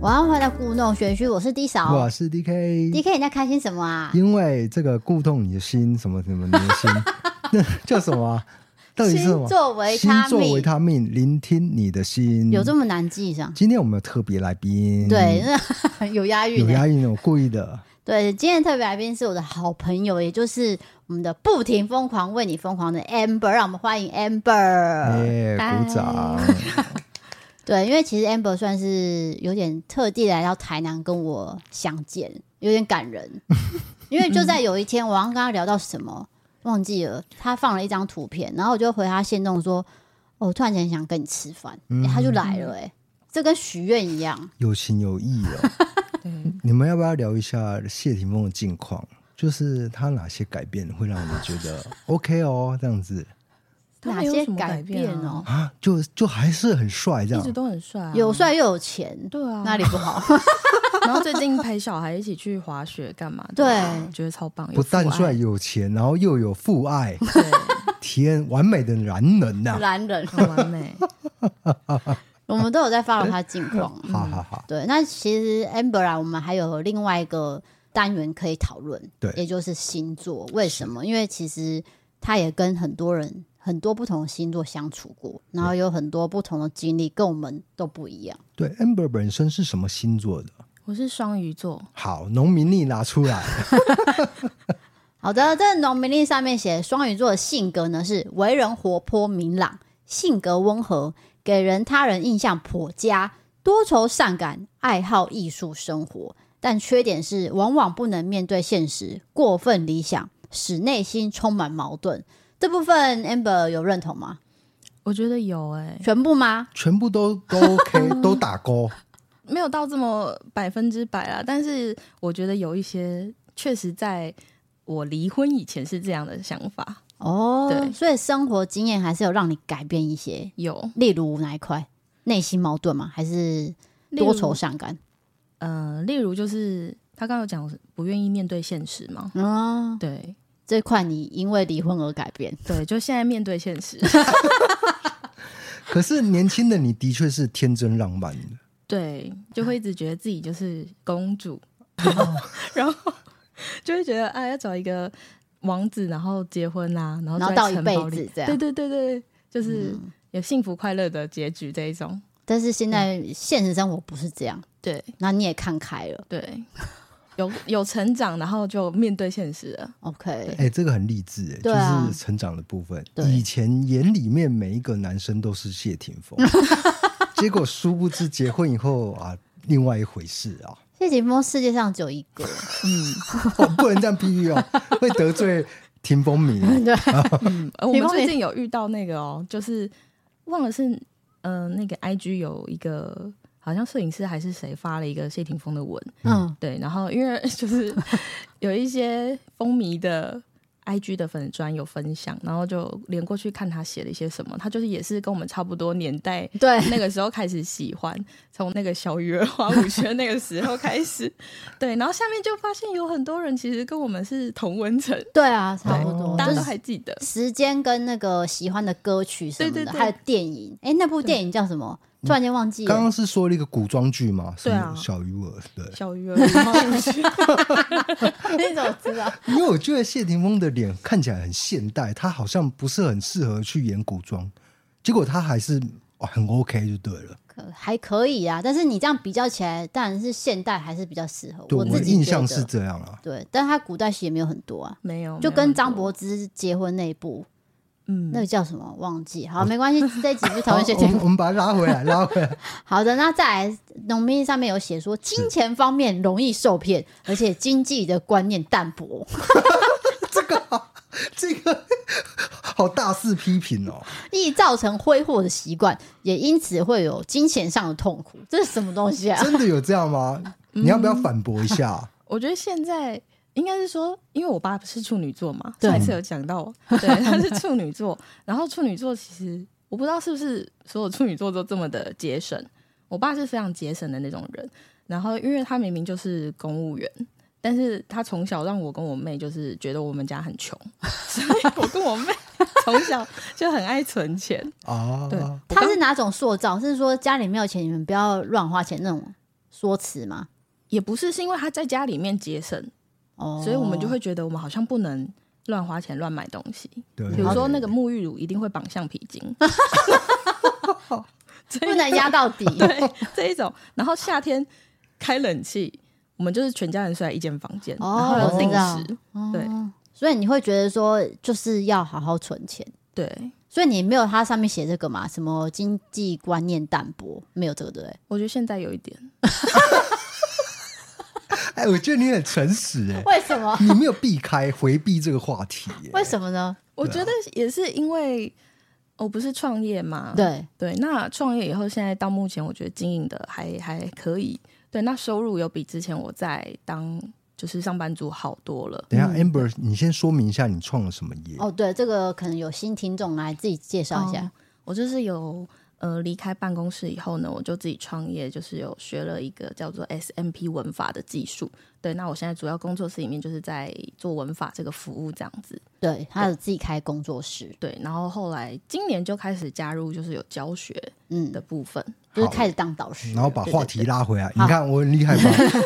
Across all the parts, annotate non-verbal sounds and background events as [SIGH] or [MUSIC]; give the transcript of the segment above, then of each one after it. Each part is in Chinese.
我要回到故弄玄虚，我是 D 嫂我是 D K， ，D K 你在开心什么啊？因为这个顾痛你的心，什么什么你的 [LAUGHS] 心，那叫什么啊、到底是什么？星座维星他座维命他命，聆听你的心。有这么难记上？今天我们有特别来宾，对，， [LAUGHS] 那有押韵嗯有欸。押韵，我故意的。对，今天的特别来宾是我的好朋友，也就是我们的不停疯狂为你疯狂的 Amber，让我们欢迎 Amber。耶、嗨哎鼓掌！对，因为其实 Amber 算是有点特地来到台南跟我相见，有点感人。因为就在有一天，我刚刚跟他聊到什么忘记了，他放了一张图片，然后我就回他线动说：“哦，我突然间想跟你吃饭。欸他就来了、欸，这跟许愿一样。有情有义哦。对，你们要不要聊一下谢霆锋的近况？就是他哪些改变会让你觉得 OK 哦，这样子他哪没有些什么改变变啊哦？啊，就就还是很帅这一直样。都很帅、啊，有帅又有钱，对啊， [LAUGHS] 哪里不好？ [LAUGHS] 然后最近陪小孩一起去滑雪干嘛的？对觉得超棒，有不但父爱帅，有钱，然后又有父爱，对，天，完美的男人呐、男人，很完美。我们都有在 follow 他近况。啊哈哈哈！对，那其实 Amber 啊，我们还有另外一个单元可以讨论，对也就是星座。为什么？因为其实他也跟很多人、很多不同的星座相处过，然后有很多不同的经历，跟我们都不一样。对，Amber 本身是什么星座的？ [LAUGHS] 我是双鱼座，好，农民力拿出来。 [LAUGHS] 好的，这农民历上面写双鱼座的性格呢是为人活泼明朗，性格温和，给人他人印象颇佳，多愁善感，爱好艺术生活。但缺点是往往不能面对现实，过分理想，使内心充满矛盾。这部分 Amber 有认同吗？我觉得有哎、全部吗？全部都都 OK，都打勾。没有到这么百分之百啦，但是我觉得有一些确实在我离婚以前是这样的想法，哦，对所以生活经验还是有让你改变一些，有例如哪一块？内心矛盾吗？还是多愁，善感？例如呃，例如就是他刚刚有讲不愿意面对现实嘛，哦，对这块你因为离婚而改变，对，就现在面对现实，可是年轻的你的确是天真浪漫的，对，就会一直觉得自己就是公 [LAUGHS] 主，哦然后就会觉得哎，要找一个王子，然后结婚啊，然后然后住到在一城辈堡里子这样嗯对对对对，就是有幸福快乐的结局这一种。但是现在现实生活不是这样，对那你也看开了对，有有成长，然后就面对现实了。 ，OK？哎、这个很励志、哎，对啊就是成长的部分。对以前眼里面每一个男生都是谢霆 [LAUGHS] 锋，结果殊不知结婚以后啊，另外一回事啊。谢霆锋世界上只有一 [LAUGHS] 个，我不能这样比喻哦，会得罪霆锋迷 [LAUGHS] 哦。嗯，呃我比们方最你近有遇到那个哦，就是忘了是呃那个 IG 有一个好像摄影师还是谁发了一个谢霆锋的文，嗯，，对，然后因为 [LAUGHS] 就是有一些风靡的 IG 的粉砖有分享，然后就连过去看他写了一些什么，他就是也是跟我们差不多年代对那个时候开始喜欢，从那个小鱼儿花舞轩那个时候开始，对，然后下面就发现有很多人其实跟我们是同文层，对啊，差不哦多，大家就都是还记 [LAUGHS] 得。时间跟那个喜欢的歌曲什么对的，对对还有电影，哎，那部电影叫什么？突然间忘记刚了，刚是说了一个古装剧嘛，什对啊么小鱼儿，对。小鱼儿花舞轩，那种知道？ [LAUGHS] 因为我觉得谢霆锋的脸看起来很现代，他好像不是很适合去演古装，结果他还是哦很 OK 就对了。可还可以啊，但是你这样比较起来，当然是现代还是比较适合。对，我自的己印觉象得是这样啊。对，但他古代戏也没有很多啊，哦没有，就没有跟很张多柏芝结婚那一部，嗯哦那个叫什么忘记？好，没关系，这一集就讨好 [LAUGHS] 论谢我霆们锋。我们把他拉回来，拉回来。 [LAUGHS] 好的，那再来，农民上面有写说，金钱方面容易受骗，而且经济的观念淡薄。这个好大肆批评哦，易造成挥霍的习惯，也因此会有金钱上的痛苦。这是什么东西啊？真的有这样吗？你要不要反驳一下？我觉得现在应该是说，因为我爸是处女座嘛，对上一次有讲到， [LAUGHS] 对，他是处女座。然后处女座其实我不知道是不是所有处女座都这么的节省，我爸是非常节省的那种人。然后因为他明明就是公务员，但是他从小让我跟我妹就是觉得我们家很穷， [LAUGHS] 所以我跟我妹从小就很爱存钱。啊，对他是哪种塑造？是说家里没有钱，你们不要乱花钱那种说辞吗？也不是，是因为他在家里面节省，哦，所以我们就会觉得我们好像不能乱花钱、乱买东西。对，比如说那个沐浴乳一定会绑橡皮 [LAUGHS] 筋，不能压到底。 [LAUGHS] 对这一种。然后夏天开冷气，我们就是全家人睡在一间房间，哦然后我有定知道时，哦对，所以你会觉得说，就是要好好存钱。对。所以你没有它上面写这个嘛？什么经济观念淡薄，没有这个对不对？我觉得现在有一点，哎，我觉得你很诚实哎、为什 [LAUGHS] 么？你没有避开回避这个话题、哎为什么呢？我觉得也是因为我不是创业嘛，对，对。那创业以后，现在到目前，我觉得经营的还还可以，对。那收入有比之前我在当就是上班族好多了。等一下，Amber，你先说明一下你创了什么业？哦，对，这个可能有新听众来自己介绍一下哦。我就是有呃离开办公室以后呢，我就自己创业，就是有学了一个叫做 SMP 文法的技术。对，那我现在主要工作室里面就是在做文法这个服务这样子。对，他有自己开工作室，对，然后后来今年就开始加入就是有教学嗯的，部分。就是开始当导师然。后把话题拉回来，你看我很厉害吧？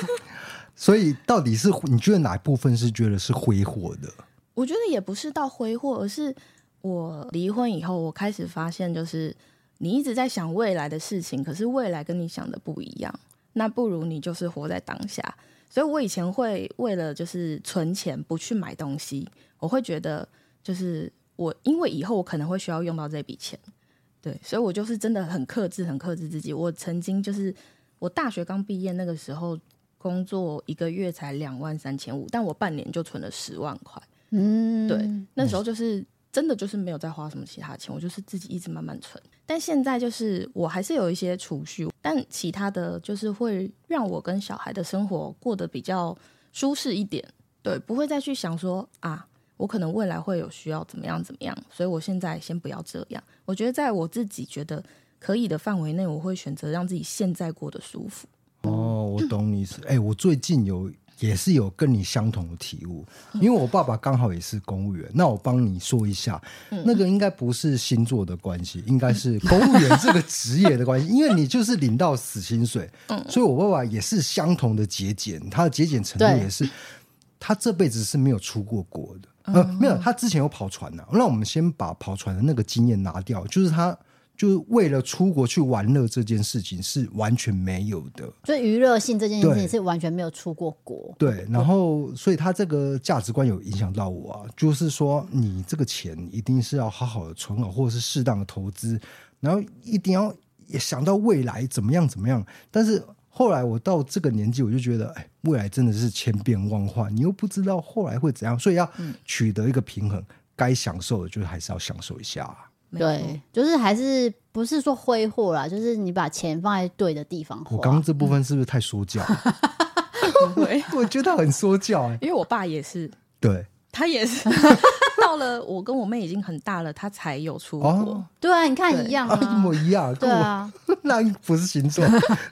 所以到底是你觉得哪一部分是觉得是挥霍的？我觉得也不是到挥霍，而是我离婚以后，我开始发现，就是你一直在想未来的事情，可是未来跟你想的不一样，那不如你就是活在当下。所以我以前会为了就是存钱不去买东西，我会觉得就是我因为以后我可能会需要用到这笔钱，对，所以我就是真的很克制，很克制自己。我曾经就是我大学刚毕业那个时候。工作一个月才两万三千五，但我半年就存了十万块。嗯，对，那时候就是真的就是没有再花什么其他钱，我就是自己一直慢慢存。但现在就是我还是有一些储蓄，但其他的就是会让我跟小孩的生活过得比较舒适一点，对，不会再去想说啊。我可能未来会有需要怎么样怎么样，所以我现在先不要这样。我觉得在我自己觉得可以的范围内，我会选择让自己现在过得舒服。哦，我懂你意思。哎、我最近有也是有跟你相同的体悟，因为我爸爸刚好也是公务员。那我帮你说一下，那个应该不是星座的关系，应该是公务员这个职业的关系，因为你就是领到死薪水，所以我爸爸也是相同的节俭，他的节俭程度对也是，他这辈子是没有出过国的。呃，没有，他之前有跑船呐、那我们先把跑船的那个经验拿掉，就是他就是为了出国去玩乐这件事情是完全没有的。所以娱乐性这件事情对是完全没有出过国。对，然后所以他这个价值观有影响到我啊，就是说你这个钱一定是要好好的存好，或者是适当的投资，然后一定要也想到未来怎么样怎么样。但是后来我到这个年纪，我就觉得，哎，未来真的是千变万化，你又不知道后来会怎样，所以要取得一个平衡，该享受的就还是要享受一下啊、没错对，就是还是不是说挥霍啦，就是你把钱放在对的地方花。我刚刚这部分是不是太说教？ [LAUGHS] 不会，我觉得很说教哎、因为我爸也是， [LAUGHS] 对，他也是 [LAUGHS] 到了我跟我妹已经很大了，他才有出国。哦对啊，你看对一样啊，一啊，模一样，跟对我啊， [LAUGHS] 那不是星 [LAUGHS] 座，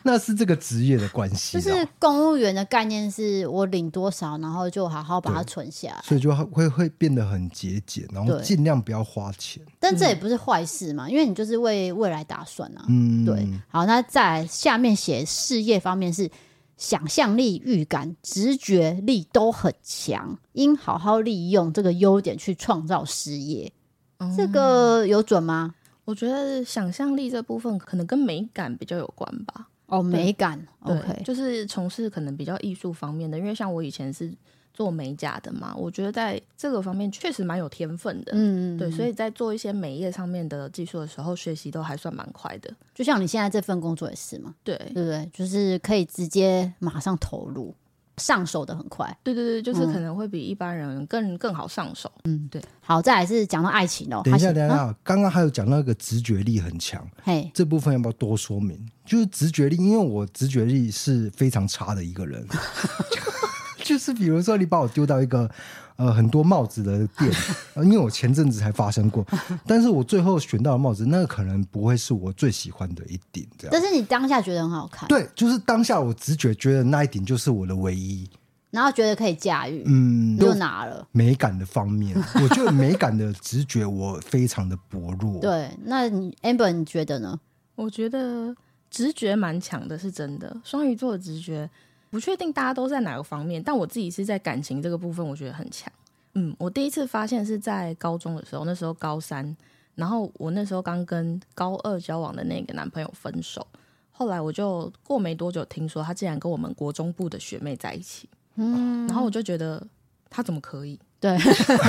那是这个职业的关系就啦。是公务员的概念是我领多少，然后就好好把它对存下来。所以就会会变得很节俭，然后对尽量不要花钱。但这也不是坏事嘛，因为你就是为未来打算啊。嗯，对，好，那再来下面写事业方面是想象力、预感、直觉力都很强，应好好利用这个优点去创造事业。哦这个有准吗？我觉得想象力这部分可能跟美感比较有关吧。哦，美感对，OK，就是从事可能比较艺术方面的，因为像我以前是做美甲的嘛，我觉得在这个方面确实蛮有天分的。嗯，对，所以在做一些美业上面的技术的时候，学习都还算蛮快的。就像你现在这份工作也是嘛，对，对不对？就是可以直接马上投入，上手的很快。对对对，就是嗯可能会比一般人更更好上手。好，再来是讲到爱情哦，等一还下，是等一，啊下，刚刚还有讲到一个直觉力很强，嘿，这部分要不要多说 [LAUGHS] 明？就是直觉力，因为我直觉力是非常差的一个人，就是比如说你把我丢到一个呃很多帽子的 [LAUGHS] 店，呃因为我前阵子才发生过，但是我最后选到的帽子，那个可能不会是我最喜欢的一顶，这样。但是你当下觉得很好看，对，就是当下我直觉觉得那一顶就是我的唯一，然后觉得可以驾驭，嗯，你就拿了。美感的方面， [LAUGHS] 我觉得美感的直觉我非常的薄弱。，对，那你 Amber 你觉得呢？我觉得直觉蛮强的，是真的。双鱼座的直觉，不确定大家都在哪个方面，但我自己是在感情这个部分，我觉得很强。嗯，我第一次发现是在高中的时候，那时候高三，然后我那时候刚跟高二交往的那个男朋友分手，后来我就过没多久听说他竟然跟我们国中部的学妹在一起，嗯，然后我就觉得他怎么可以， [LAUGHS] 对，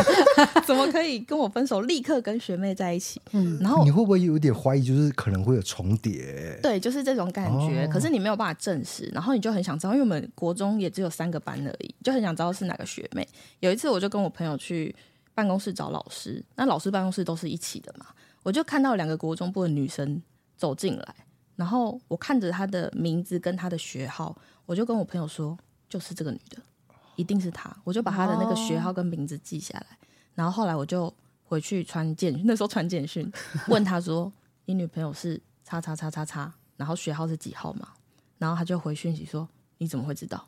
[LAUGHS] 怎么可以跟我分手，立刻跟学妹在一起？嗯，然后你会不会有点怀疑，就是可能会有重 [LAUGHS] 叠？对，就是这种感觉。哦可是你没有办法证实，然后你就很想知道，因为我们国中也只有三个班而已，就很想知道是哪个学妹。有一次我就跟我朋友去办公室找老师，那老师办公室都是一起的嘛，我就看到两个国中部的女生走进来，然后我看着她的名字跟她的学号，我就跟我朋友说，就是这个女的，一定是她。我就把她的那个学号跟名字记下来，然后后来我就回去传简讯，那时候传简讯问她说，你女朋友是叉叉叉叉叉，然后学号是几号嘛？然后她就回讯息说。你怎么会知道？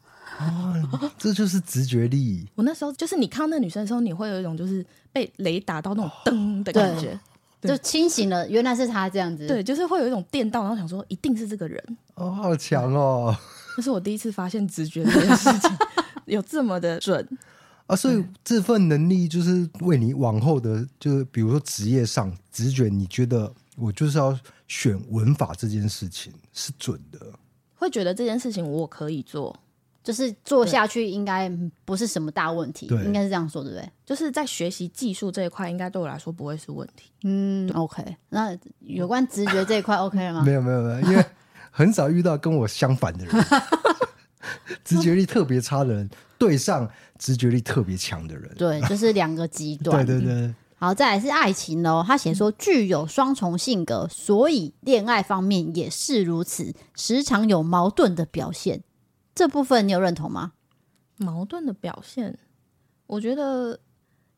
这就是直觉力。我那时候就是你看到那女生的时候，你会有一种就是被雷打到那种噔的感觉，对就清醒了，原来是他这样子。对，就是会有一种电到，然后想说一定是这个人。哦，好强哦！那是我第一次发现直觉这件事 [LAUGHS] 情有这么的准。啊，所以这份能力就是为你往后的，就是比如说职业上直觉，你觉得我就是要选文法这件事情是准的。会觉得这件事情我可以做，就是做下去应该不是什么大问题，对应该是这样说，对不对？就是在学习技术这一块，应该对我来说不会是问题。嗯，OK。那有关直觉这一块 OK 了吗没？有没有没有，因为很少遇到跟我相反的人，直觉力特别差的人对上直觉力特别强的人。对，就是两个极 [LAUGHS] 对端。对对，好，再来是爱情喽。他写说具有双重性格，所以恋爱方面也是如此，时常有矛盾的表现。这部分你有认同吗？矛盾的表现，我觉得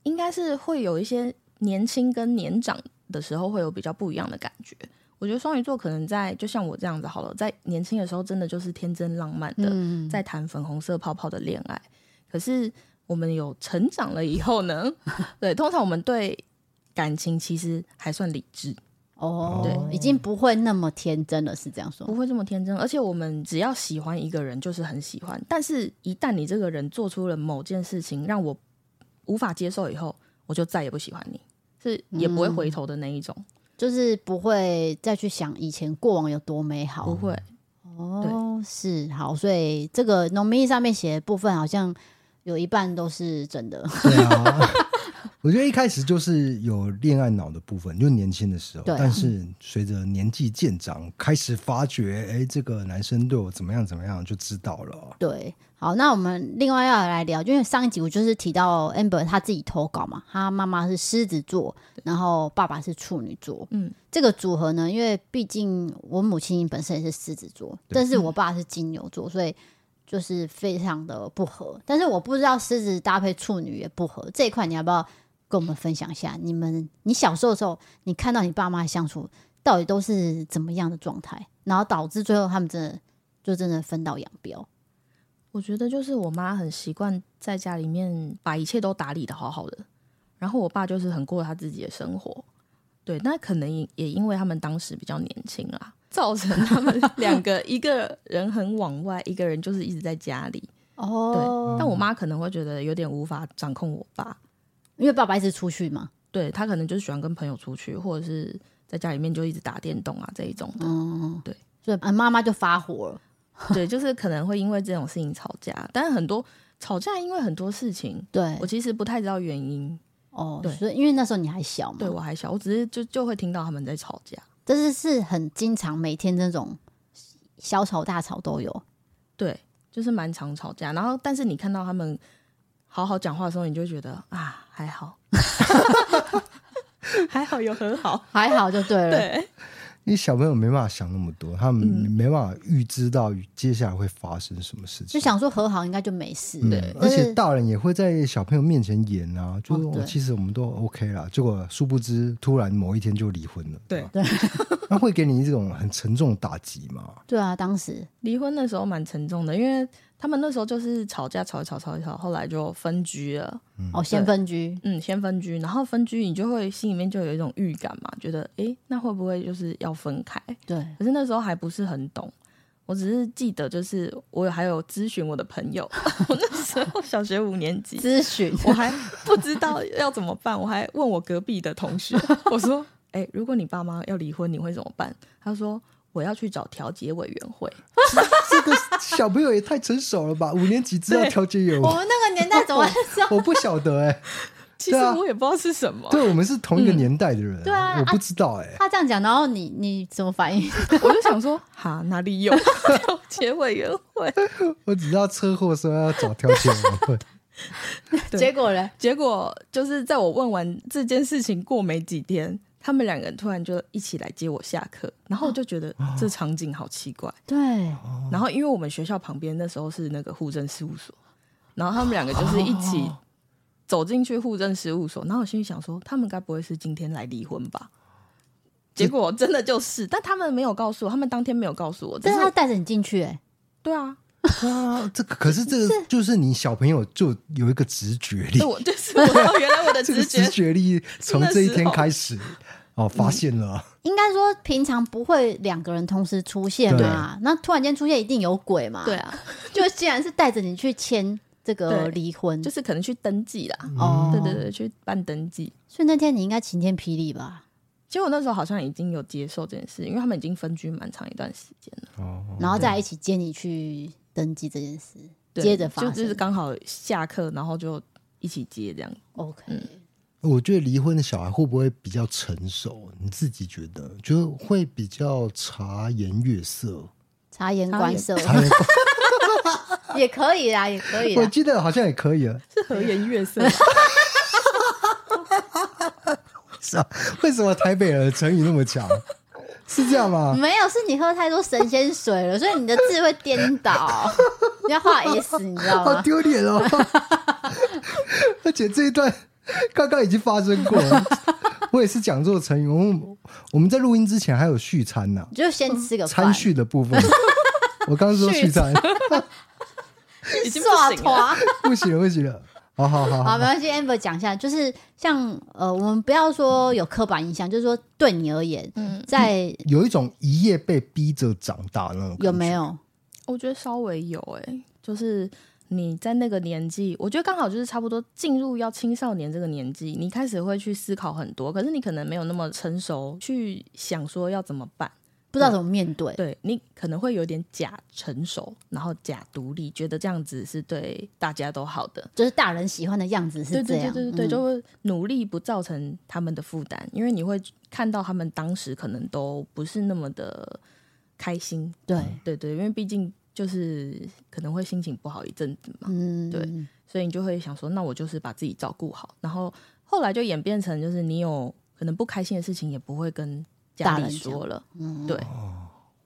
应该是会有一些年轻跟年长的时候会有比较不一样的感觉。我觉得双鱼座可能在就像我这样子好了，在年轻的时候真的就是天真浪漫的，嗯，在谈粉红色泡泡的恋爱。可是我们有成长了以后呢， [LAUGHS] 对，通常我们对感情其实还算理智，哦，对已经不会那么天真了，是这样说不。会这么天真。而且我们只要喜欢一个人，就是很喜欢。但是，一旦你这个人做出了某件事情让我无法接受以后，我就再也不喜欢你，是也不会回头的那一种，就是不会再去想以前过往有多美好，不会。哦，是好，所以这个农民历上面写的部分好像有一半都是真的，对啊。我觉得一开始就是有恋爱脑的部分，就年轻的时候。对啊但是随着年纪渐长，开始发觉，哎，这个男生对我怎么样怎么样，就知道了。对。好，那我们另外要来聊，因为上一集我就是提到 Amber 她自己投稿嘛，她妈妈是狮子座，然后爸爸是处女座，嗯嗯，这个组合呢，因为毕竟我母亲本身也是狮子座，对但是我爸是金牛座，所以就是非常的不合。但是我不知道狮子搭配处女也不合这一块，你要不要跟我们分享一下？你们你小时候的时候，你看到你爸妈相处到底都是怎么样的状态，然后导致最后他们真的就真的分道扬镳？我觉得就是我妈很习惯在家里面把一切都打理的好好的，然后我爸就是很过他自己的生活。对，那可能也也因为他们当时比较年轻啦，造成他们 [LAUGHS] 两个一个人很往外，一个人就是一直在家里。对，哦，但我妈可能会觉得有点无法掌控我爸，因为爸爸一直出去嘛，对他可能就是喜欢跟朋友出去，或者是在家里面就一直打电动啊这一种的。嗯，对，所以啊妈妈就发火了，对，就是可能会因为这种事情吵架，但是很多吵架因为很多事情，对我，其实不太知道原因。哦，对所以因为那时候你还小嘛，对我还小，我只是就就会听到他们在吵架。但是是很经常每天这种小吵大吵都有。对，就是蛮常吵架。然后，但是你看到他们好好讲话的时候，你就觉得啊，还好，还好有和好。 [LAUGHS] 还好就对了。对，因为小朋友没办法想那么多，他们没办法预知到接下来会发生什么事情。就想说和好应该就没事嗯了，而但且是大人也会在小朋友面前演啊，就哦是、对哦、其实我们都 OK 啦，结果殊不知突然某一天就离婚了，对吧， [LAUGHS] 那会给你这种很沉重的打击嘛？对啊，当时离婚那时候蛮沉重的，因为他们那时候就是吵架，吵一吵，吵一吵，后来就分居了。哦先分居，嗯，先分居，然后分居，你就会心里面就有一种预感嘛，觉得诶，那会不会就是要分开？对，可是那时候还不是很懂，我只是记得就是我还有咨询我的朋友， [LAUGHS] 我那时候小学五年 [LAUGHS] 级，咨询，我还不知道要怎么办，我还问我隔壁的同学，我说：“哎、如果你爸妈要离婚，你会怎么办？”他说：“我要去找调解委员会。 [LAUGHS] 这个小朋友也太成熟了吧？五年级知道调解员，我我们哎那个年代怎么会这样？我不晓得哎、” [LAUGHS] 其实对啊我也不知道是什么，对我们是同一个年代的人，对啊我不知道哎、他这样讲，然后你你怎么反应？我就想说：“ [LAUGHS] 哈，哪里 [LAUGHS] 有调解委员会我只知道车祸说要找调解员 [LAUGHS] 会，对结果嘞？”，结果就是在我问完这件事情过没几天。他们两个人突然就一起来接我下课，然后我就 [GASPS] 觉得哦这场景好奇怪。对，然后因为我们学校旁边那时候是那个户政事务所，然后他们两个就是一起哦走进去户政事务所，然后我心里想说，他们该不会是今天来离婚吧？结果真的就是，但他们没有告诉我，他们当天没有告诉我，只但是是他带着你进去、哎，对啊，啊，这个可是这个就是你小朋友就有一个直觉 [LAUGHS] 力对，我 [LAUGHS] 就是我说原来我的这个直觉直觉力从这一天开始哦发现了。应该说平常不会两个人同时出现嘛，那突然间出现一定有鬼嘛。对，啊， [LAUGHS] 就既然是带着你去签这个对离婚，就是是可能去登记啦，哦，对对，对，去办登记。所以那天你应该晴天霹雳吧？其实我那时候好像已经有接受这件事，因为他们已经分居蛮长一段时间了，哦，然后再一起接你去登记这件事，对接着发就生。就是刚好下课，然后就一起接这样 OK，、嗯我觉得离婚的小孩会不会比较成熟？你自己觉得，就是会比较察言悦色。察言观色察言观 [LAUGHS] 也可以啦，也可以我啦。记得好像也可以啊， [LAUGHS] 是和颜悦 [LAUGHS] 色。啊是啊。为什么台北人的成语那么强？是这样吗？没有，是你喝太多神仙水了，所以你的字会颠 [LAUGHS] 倒，你要画 S，你知道好吗？丢脸哦！而且这一段刚刚已经发生过了，我也是讲座成语。我们我们在录音之前还有续餐呐、你就先吃个餐饭，序的部分。我刚刚说续餐，已经不刷行了。团。不行了，不行了。好好哦好好，好没关系，amber 讲一下，就是像呃，我们不要说有刻板印象，就是说对你而言，嗯，在有一种一夜被逼着长大那种感觉有没？有？我觉得稍微有诶、就是你在那个年纪，我觉得刚好就是差不多进入要青少年这个年纪，你开始会去思考很多，可是你可能没有那么成熟去想说要怎么办。不知道怎么面对，对你可能会有点假成熟，然后假独立，觉得这样子是对大家都好的。就是大人喜欢的样子是对这对对样，对对对，嗯就会努力不造成他们的负担，因为你会看到他们当时可能都不是那么的开心，对，对对，因为毕竟就是可能会心情不好一阵子嘛，嗯，对所以你就会想说，那我就是把自己照顾好。然后后来就演变成，就是你有可能不开心的事情也不会跟家大人里讲嗯说了，对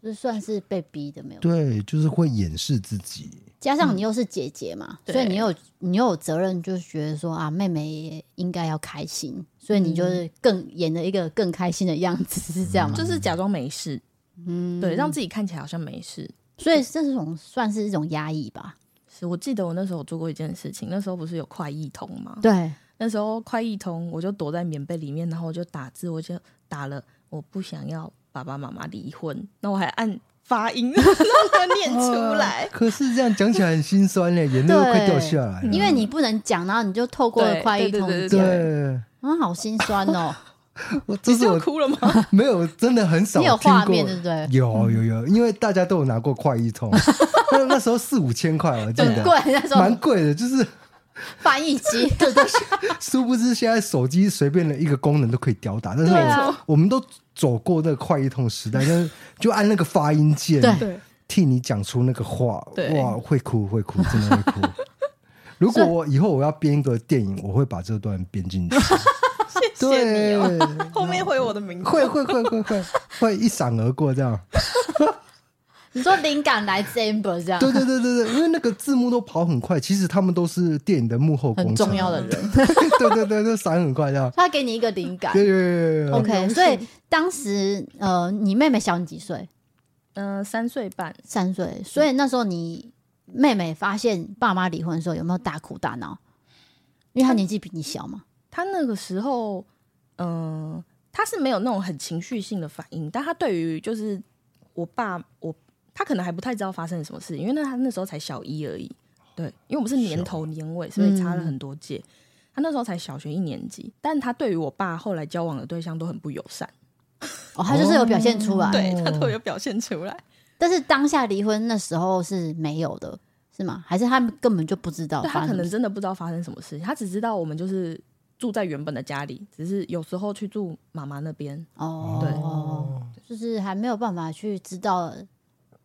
就算是被逼的没有。对，就是会掩饰自己。加上你又是姐姐嘛，对所以你有你又有责任，就是觉得说啊，妹妹也应该要开心，所以你就是更演了一个更开心的样子，是这样吗？就是假装没事，嗯，对，让自己看起来好像没事。所以这种算是一种压抑吧。是我记得我那时候有做过一件事情，那时候不是有快易通吗？对，那时候快易通，我就躲在棉被里面，然后我就打字，我就打了我不想要爸爸妈妈离婚，那我还按发音 [LAUGHS] 让它念出来啊。 [LAUGHS] 可是这样讲起来很心酸嘞，眼泪都快掉下来了。因为你不能讲，然后你就透过对快一通对对讲，对，啊，好心酸哦。我这你是就我哭了吗？ [LAUGHS] 没有真的很少你有听画过面对不对？有有有，因为大家都有拿过快 [LAUGHS] 一通，那那时候四五千块，我记很得贵，那蛮种贵的，就是 [LAUGHS] 翻译机，殊不知现在手机随便的一个功能都可以吊打，但是我、对啊我们都走过那个快一 [LAUGHS] 通时代，但是就按那个发音键，对对，替你讲出那个话，对哇，会哭会哭，真 [LAUGHS] 的会哭。如果我以后我要编一个电影，我会把这段编进去。 [LAUGHS] 谢谢你哦。对，后面会有我的名字，会会会会会会一闪而过这样。你说灵感来自 Amber 这样，对对对对对，因为那个字幕都跑很快，其实他们都是电影的幕后很工程重要的人。 [LAUGHS] 对对对，就闪很快 [LAUGHS] 这样。他给你一个灵感。对对对 Oh 对对 OK，所以当时呃，你妹妹小你几岁？嗯、三岁半，三岁。所以那时候你妹妹发现爸妈离婚的时候，有没有大哭大闹？因为她年纪比你小嘛。他那个时候，嗯、他是没有那种很情绪性的反应，但他对于就是我爸，我他可能还不太知道发生了什么事，因为那他那时候才小一而已。对，因为我们是年头年尾，所以差嗯了很多届。他那时候才小学一年级，但他对于我爸后来交往的对象都很不友善，哦，她就是有表现出来，对他都有表现出来。但是当下离婚那时候是没有的，是吗？还是他们根本就不知道对哦他发可生什么能事？真的不知道发生什么事情，他只知道我们就是住在原本的家里，只是有时候去住妈妈那边。哦，就是还没有办法去知道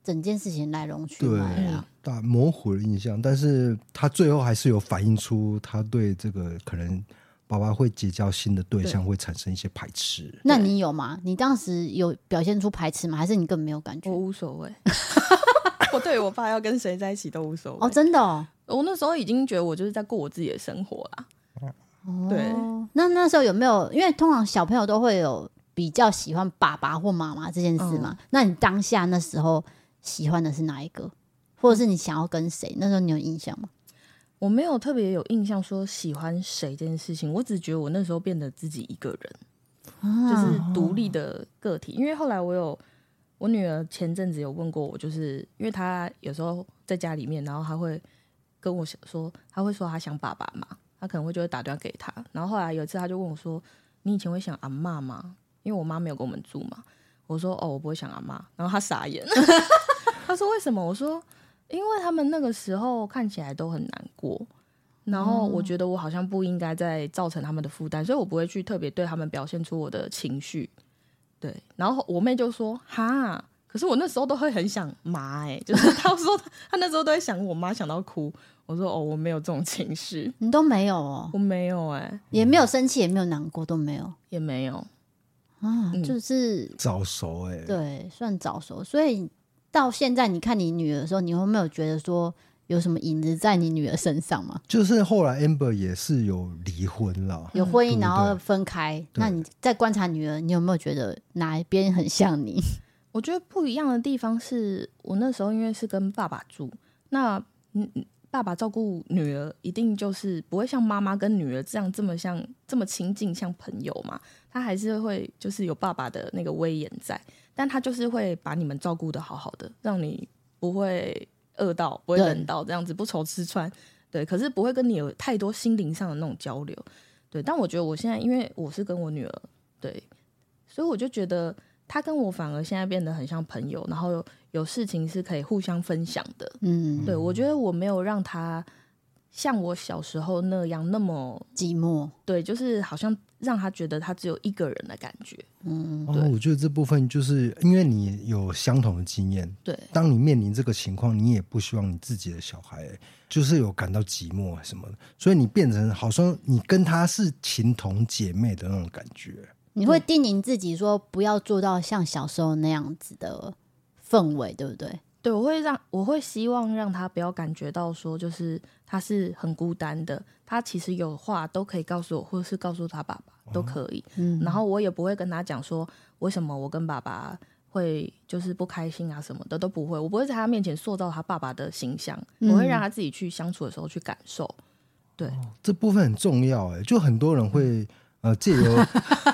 整件事情来龙去对脉啊。，大模糊的印象，但是他最后还是有反映出他对这个可能爸爸会结交新的对象会产生一些排斥。嗯那你有吗？你当时有表现出排斥吗？还是你根本没有感觉我？无所谓， [LAUGHS] 我对我爸要跟谁在一起都无所谓。哦，真的哦。我那时候已经觉得我就是在过我自己的生活啦。对哦，那那时候有没有？因为通常小朋友都会有比较喜欢爸爸或妈妈这件事嗯嘛。那你当下那时候喜欢的是哪一个，或者是你想要跟谁？那时候你有印象吗？我没有特别有印象说喜欢谁这件事情，我只觉得我那时候变得自己一个人，啊就是独立的个体。因为后来我有我女儿前阵子有问过我，就是因为她有时候在家里面，然后她会跟我说，她会说她想爸爸嘛，她可能会就会打电话给她。然后后来有一次，她就问我说：“你以前会想阿嬷吗？”因为我妈没有跟我们住嘛。我说：“哦，我不会想阿嬷。”然后她傻眼， [LAUGHS] 她说：“为什么？”我说：“因为他们那个时候看起来都很难过。”然后我觉得我好像不应该再造成他们的负担，所以我不会去特别对他们表现出我的情绪。对，然后我妹就说：“哈，可是我那时候都会很想妈、欸，哎，就是她说她她那时候都会想我妈，想到哭。”我说：“哦，我没有这种情绪，你都没有哦，我没有、哎，也没有生气，也没有难过，都没有也没有。啊，嗯就是早熟哎、对，算早熟。所以到现在，你看你女儿的时候，你有没有觉得说有什么影子在你女儿身上吗？就是后来 Amber 也是有离婚了，有婚姻，嗯对然后对分开。对那你在观察女儿，你有没有觉得哪一边很像你？我觉得不一样的地方是我那时候因为是跟爸爸住，那嗯，嗯爸爸照顾女儿一定就是不会像妈妈跟女儿这样这么像这么亲近，像朋友嘛。他还是会就是有爸爸的那个威严在，但他就是会把你们照顾的好好的，让你不会饿到，不会冷到，这样子不愁吃穿。对，可是不会跟你有太多心灵上的那种交流。对，但我觉得我现在因为我是跟我女儿，对，所以我就觉得她跟我反而现在变得很像朋友，然后有有事情是可以互相分享的。嗯，对，我觉得我没有让她像我小时候那样那么寂寞。对，就是好像让她觉得她只有一个人的感觉。嗯哦，我觉得这部分就是因为你有相同的经验，对，当你面临这个情况，你也不希望你自己的小孩就是有感到寂寞啊什么的，所以你变成好像你跟他是情同姐妹的那种感觉。你会叮咛自己说不要做到像小时候那样子的氛围，对不对？对，我会让我会希望让他不要感觉到说，就是他是很孤单的，他其实有话都可以告诉我，或者是告诉他爸爸都可以。嗯然后我也不会跟他讲说为什么我跟爸爸会就是不开心啊什么的都不会，我不会在他面前塑造他爸爸的形象，我会让他自己去相处的时候去感受。这部分很重要哎，就很多人嗯会呃借 [LAUGHS] 由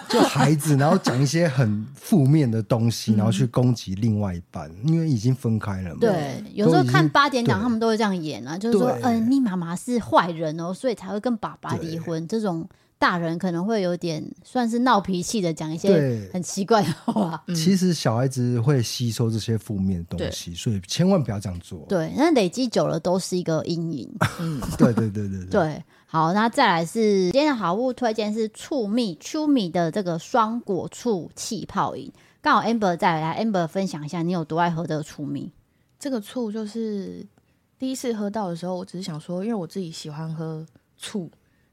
就孩子，然后讲一些很负面的东西，嗯然后去攻击另外一半，因为已经分开了嘛。对，有时候都已经看八点档，对他们都会这样演啊，就是说，对嗯、你妈妈是坏人哦，所以才会跟爸爸对离婚。这种大人可能会有点算是闹脾气的，讲一些对很奇怪的 [LAUGHS] 话。其实小孩子会吸收这些负面的东西，所以千万不要这样做。对，那累积久了都是一个阴影。对对对 [LAUGHS] 对对对，好，那再来是今天的好物推荐是醋蜜秋米的这个双果醋气泡饮。刚好 Amber 再来，Amber 分享一下你有多爱喝这个醋蜜。这个醋就是第一次喝到的时候，我只是想说，因为我自己喜欢喝醋，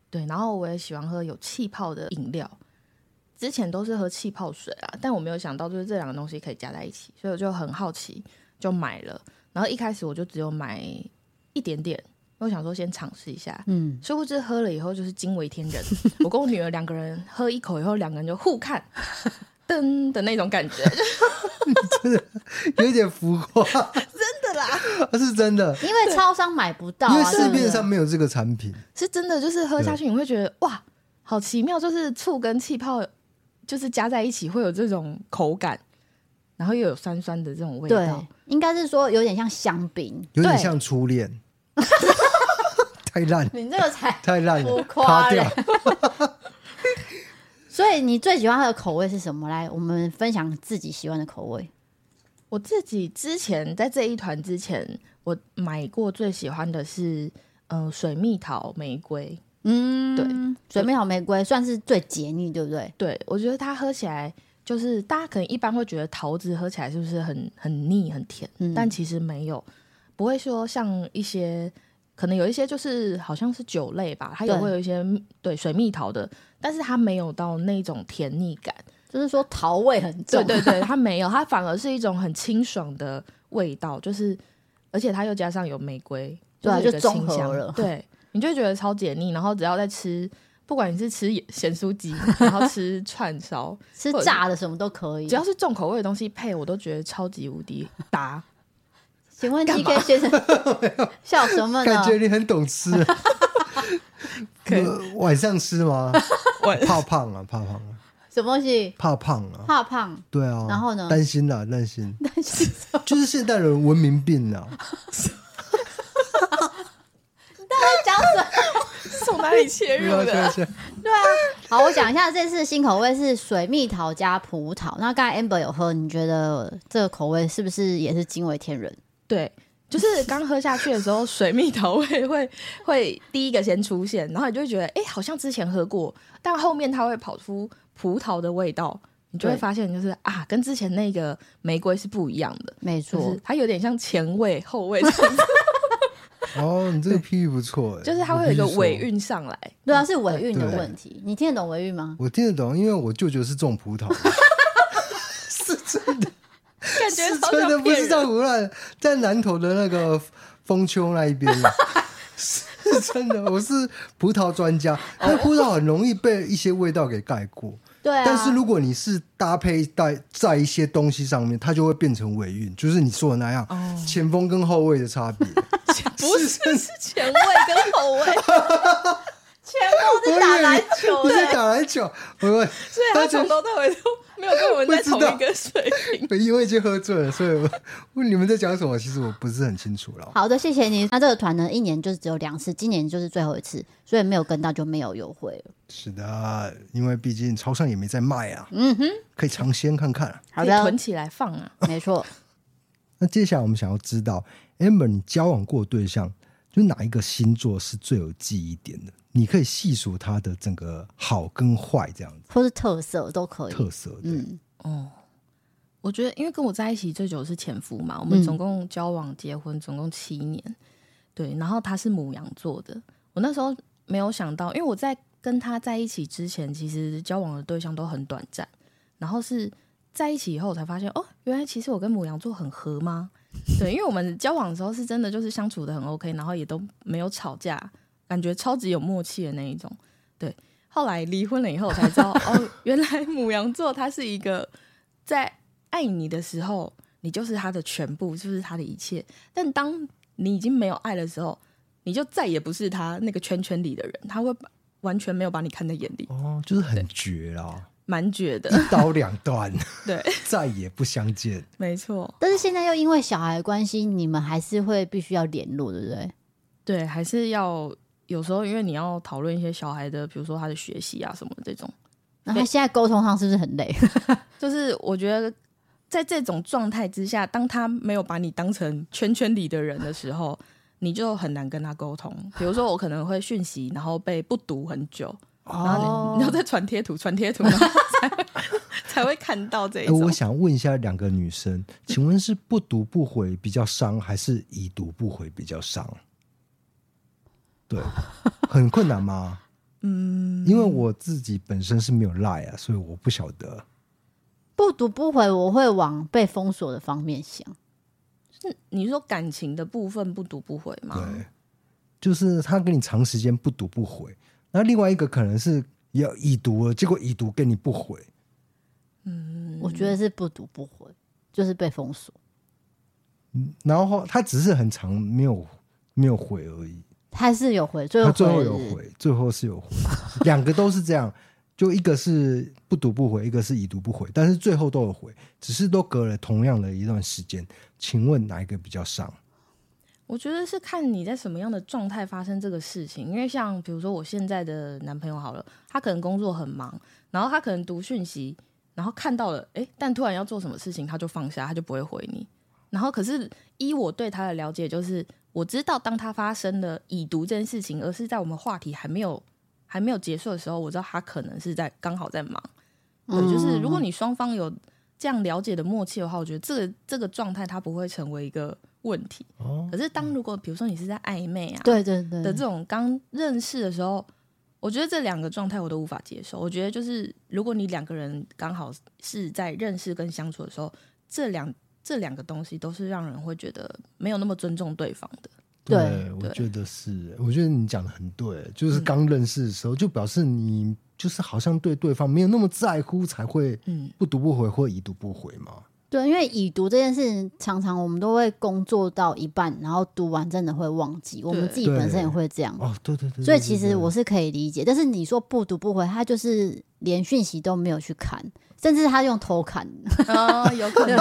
对，然后我也喜欢喝有气泡的饮料，之前都是喝气泡水啊，但我没有想到就是这两个东西可以加在一起，所以我就很好奇，就买了。然后一开始我就只有买一点点，因为我想说先尝试一下，嗯，殊不知喝了以后就是惊为天人。 [LAUGHS] 我跟我女儿两个人喝一口以后，两个人就互看， [LAUGHS] 噔的那种感觉，有一点浮夸，啊真的啦， [LAUGHS] 是真的，因为超商买不到因为啊，市对不面对上没有这个产品。是真的，就是喝下去你会觉得哇，好奇妙，就是醋跟气泡就是加在一起会有这种口感，然后又有酸酸的这种味道对，，应该是说有点像香槟，有点对像初恋， [LAUGHS] 太烂你这个才。太烂浮了，夸塌嘞掉。所以你最喜欢它的口味是什么？来，我们分享自己喜欢的口味。我自己之前在这一团之前，我买过最喜欢的是嗯、呃水蜜桃玫瑰，嗯，对，水蜜桃玫瑰算是最解腻，对不对？对我觉得它喝起来就是大家可能一般会觉得桃子喝起来是不是很很腻很甜，嗯但其实没有，不会说像一些可能有一些就是好像是酒类吧，它也对会有一些对水蜜桃的，但是它没有到那种甜腻感，就是说桃味很重对， [LAUGHS] 对对，它没有，它反而是一种很清爽的味道，就是而且它又加上有玫瑰，对啊是有一就个综清合香了对，你就会觉得超解腻，然后只要在吃。不管你是吃咸酥鸡，然后吃 [LAUGHS] 串烧，吃炸的什么都可以只。要是重口味的东西配，我都觉得超级无敌 [LAUGHS] 搭。请问 G K [LAUGHS] 先生 [LAUGHS] 笑什么呢感？觉你很懂吃。呃晚上吃吗？怕胖了，怕胖了，什么东西？怕胖了。怕胖，对啊，然后呢担心啦，担心，但是就是现代人文明病啊啦。讲什么？ [LAUGHS] 从哪里切入 [LAUGHS] 对啊的？对啊好，我讲一下这次新口味是水蜜桃加葡萄。那刚才 Amber 有喝，你觉得这个口味是不是也是惊为天人？对，就是刚喝下去的时候，水蜜桃味会会第一个先出现，然后你就会觉得，哎、好像之前喝过，但后面它会跑出葡萄的味道，你就会对发现就是啊，跟之前那个玫瑰是不一样的，没就错，是它有点像前味后味，哦，你这个譬喻不错欸， [LAUGHS] 就是它会有一个我必须说尾。韵上来。对啊，是尾韵的嗯哎对问题。你听得懂尾韵吗？我听得懂，因为我舅舅是种葡 [LAUGHS] 萄的， [LAUGHS] 感觉是超真的像不骗是在人，胡乱，在南头的那个丰丘那一边啊。是真的，我是葡萄专哦家，那葡萄很容易被一些味道给盖过。对啊，但是如果你是搭配在在一些东西上面，它就会变成尾韵，就是你说的那样，前锋跟后卫的差别。哦 [LAUGHS] 不是 [LAUGHS] 是前味跟后 [LAUGHS] 味，全部是打篮球你在的，打篮球，我我欸所以他从头到尾都没有跟我们在同一个水 [LAUGHS] 平。我因为已经喝醉了，所以我我 [LAUGHS] 你们在讲什么，其实我不是很清楚了。好的，谢谢你。那这个团呢，一年就只有两次，今年就是最后一次，所以没有跟到就没有优惠 [LAUGHS] 了。是的，因为毕竟超商也没在卖啊，嗯哼，可以尝鲜看看啊。好可以的囤，起来放啊。没错。那接下来我们想要知道，Amber 你交往过的对象，就哪一个星座是最有记忆点的？你可以细数它的整个好跟坏这样子或是特色都可以。特色的。嗯，哦，我觉得因为跟我在一起最久的是前夫嘛，我们总共交往、结婚总共七年，对，然后他是母羊座的，我那时候没有想到，因为我在跟他在一起之前，其实交往的对象都很短暂，然后是在一起以后我才发现，哦，原来其实我跟母羊座很合吗？ [LAUGHS] 对，因为我们交往的时候是真的就是相处的很 OK，然后也都没有吵架，感觉超级有默契的那一种。对，后来离婚了以后我才知道，哦，原来母羊座它是一个在爱你的时候，你就是他的全部，就是他的一切。但当你已经没有爱的时候，你就再也不是他那个圈圈里的人，他会把完全没有把你看在眼里，哦，就是很绝啦，蛮绝的。一刀两断， [LAUGHS] 对，再也不相见。没错，但是现在又因为小孩的关系，你们还是会必须要联络，对不对？对，还是要有时候因为你要讨论一些小孩的，比如说他的学习啊什么这种，那他现在沟通上是不是 [LAUGHS] 很累？就是我觉得。在这种状态之下，当他没有把你当成圈圈里的人的时候，你就很难跟他沟通。比如说，我可能会讯息，然后被不读很久，然哦后你你要再传贴图，传贴图，然后 [LAUGHS] 才会才会看到这一哎，我种。嗯想问一下两个女生，请问是不读不回比较伤，还是已 [LAUGHS] 读不回比较伤？对，很困难吗？嗯，因为我自己本身是没有赖啊，所以我不晓得。不读不回，我会往被封锁的方面想。是你说感情的部分不读不回吗？对，就是他跟你长时间不读不回，那另外一个可能是要已读了，结果已读跟你不回，嗯我觉得是不读不回，就是被封锁。然后他只是很长没有没有回而已，他是有回，最他后最后回有是回，最后是有回， [LAUGHS] 两个都是这样，就一个是不读不回，一个是已读不回，但是最后都有回，只是都隔了同样的一段时间，请问哪一个比较上？我觉得是看你在什么样的状态发生这个事情，因为像比如说我现在的男朋友好了，他可能工作很忙，然后他可能读讯息，然后看到了，诶，但突然要做什么事情，他就放下，他就不会回你。然后可是依我对他的了解，就是我知道当他发生了已读这件事情，而是在我们话题还没有还没有结束的时候，我知道他可能是在刚好在忙。对，就是如果你双方有这样了解的默契的话，我觉得这个这个状态它不会成为一个问题。哦可是当如果比如说你是在暧昧啊对对对的这种刚认识的时候，我觉得这两个状态我都无法接受。我觉得就是如果你两个人刚好是在认识跟相处的时候，这两这两个东西都是让人会觉得没有那么尊重对方的。对嗯我对觉得是，我觉得你讲的很对，就是刚认识的时候，就表示你就是好像对对方没有那么在乎，才会嗯，不读不回或已读不回嘛。对，因为已读这件事，常常我们都会工作到一半，然后读完真的会忘记，我们对自己本身也会这样。哦，对对对所以对其对实对我是可以理解，但是你说不读不回，他就是连讯息都没有去看，甚至他用偷看， [LAUGHS] 哦，有可 [LAUGHS] 能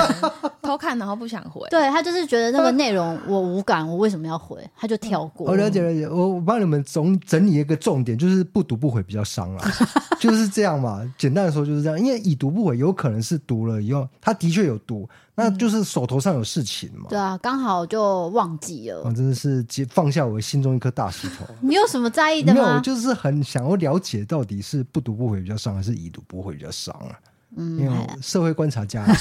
偷看然后不想回。 [LAUGHS] 对他就是觉得那个内 [LAUGHS] 容我无感，我为什么要回？他就跳过。哦我了解了解，我我帮你们总整理一个重点，就是不读不回比较伤啦， [LAUGHS] 就是这样嘛。简单的说就是这样，因为已读不回有可能是读了以后，他的确有读，那就是手头上有事情嘛。嗯对啊，刚好就忘记了我。真的是接放下我心中一颗大石头。你有什么在意的没有，我吗？就是很想要了解到底是不读不回比较伤，还是已读不回比较伤啊？嗯，哎因为我社会观 [LAUGHS] 察家，啊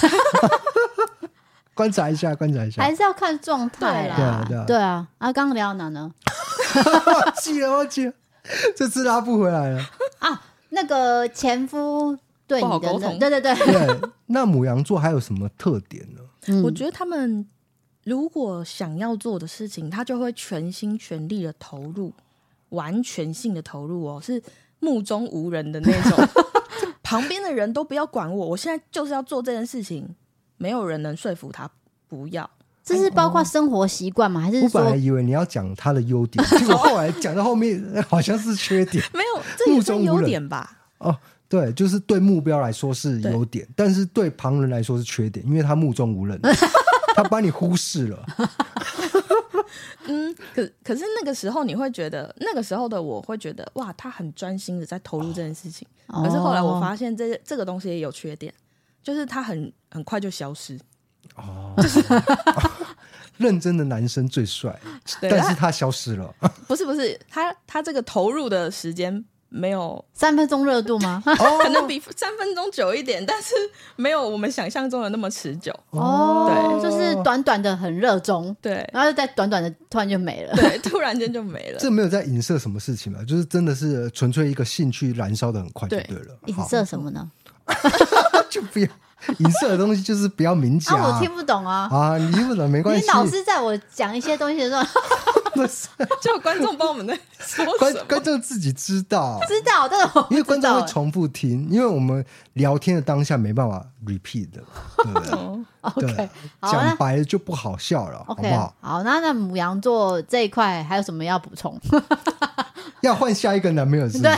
观察一下，观察一下还。是要看状态对啦啊对啊。对啊，啊，刚刚聊到哪呢？忘 [LAUGHS] 记了，忘记了， [LAUGHS] 这次拉不回来了。啊，那个前夫对不好你的沟那，通对对对，对，那母羊座还有什么特点呢？嗯 [LAUGHS] 我觉得他们如果想要做的事情，他就会全心全力的投入，完全性的投入哦，是目中无人的那种， [LAUGHS] 旁边的人都不要管我，我现在就是要做这件事情，没有人能说服他不要。这是包括生活习惯吗？还是哎哦我本来说以为你要讲他的优点，结 [LAUGHS] 果后来讲到后面呃好像是缺点。没有，这也算目中无优人点吧？哦，对，就是对目标来说是优点，但是对旁人来说是缺点，因为他目 [LAUGHS] 中无人，他把你忽视了。嗯，可可是那个时候你会觉得，那个时候的我会觉得，哇，他很专心的在投入这件事情。哦可是后来哦我发现这这个东西也有缺点，就是他很很快就消失。哦，认真的男生最帅，对啊但是他消失 [LAUGHS] 了。不是不是，他他这个投入的时间没有，三分钟热度吗？ [LAUGHS] 哦可能比三分钟久一点，但是没有我们想象中的那么持久。哦，对就是短短的很热衷，对然后就在短短的突然就没了。对，突然间就没了。这没有在影射什么事情嘛，就是真的是纯粹一个兴趣燃烧的很快就对了。影好射什么呢？就不要影射的东西，就是不要明讲。啊，我听不懂啊。啊，你听不懂没关你系，老是在我讲一些东西的时候， [LAUGHS] 不是就观众帮我们在 [LAUGHS] 说观什么？观众自己知道，知道，但是 [LAUGHS] 我不因为观知众道会重复听，因为我们聊天的当下没办法 repeat 的，对不对？对哦啊 OK，好讲那白了就不好笑了，好不 OK，好？好，啊那那母羊座这一块还有什么要补 [LAUGHS] 充？要换下一个男朋友是不是？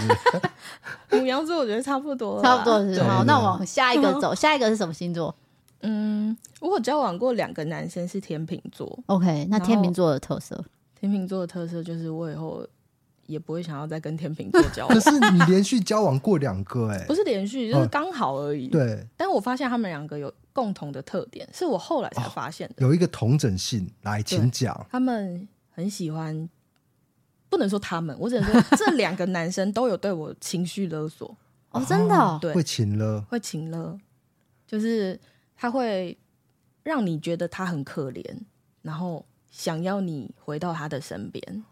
母羊座我觉得差不多了啦，差不多是对好，对那我往下一个走，下一个是什么星座嗯，我有交往过两个男生是天秤座， ？OK，那然后天秤座的特色，天秤座的特色就是我以后也不会想要再跟天秤座交 [LAUGHS] [LAUGHS] 可往，是你连续交往过两个，哎不，是连续，就是刚好而已。，对，但我发现他们两个有共同的特点，是我后来才发现的。有一个同整性，来，请讲。他们很喜欢，不能说他们，我只能说这两个男生都有对我情绪勒索，哦，真的哦，对会 [LAUGHS] 请了，会情勒，就是他会让你觉得他很可怜，然后想要你回到他的身边。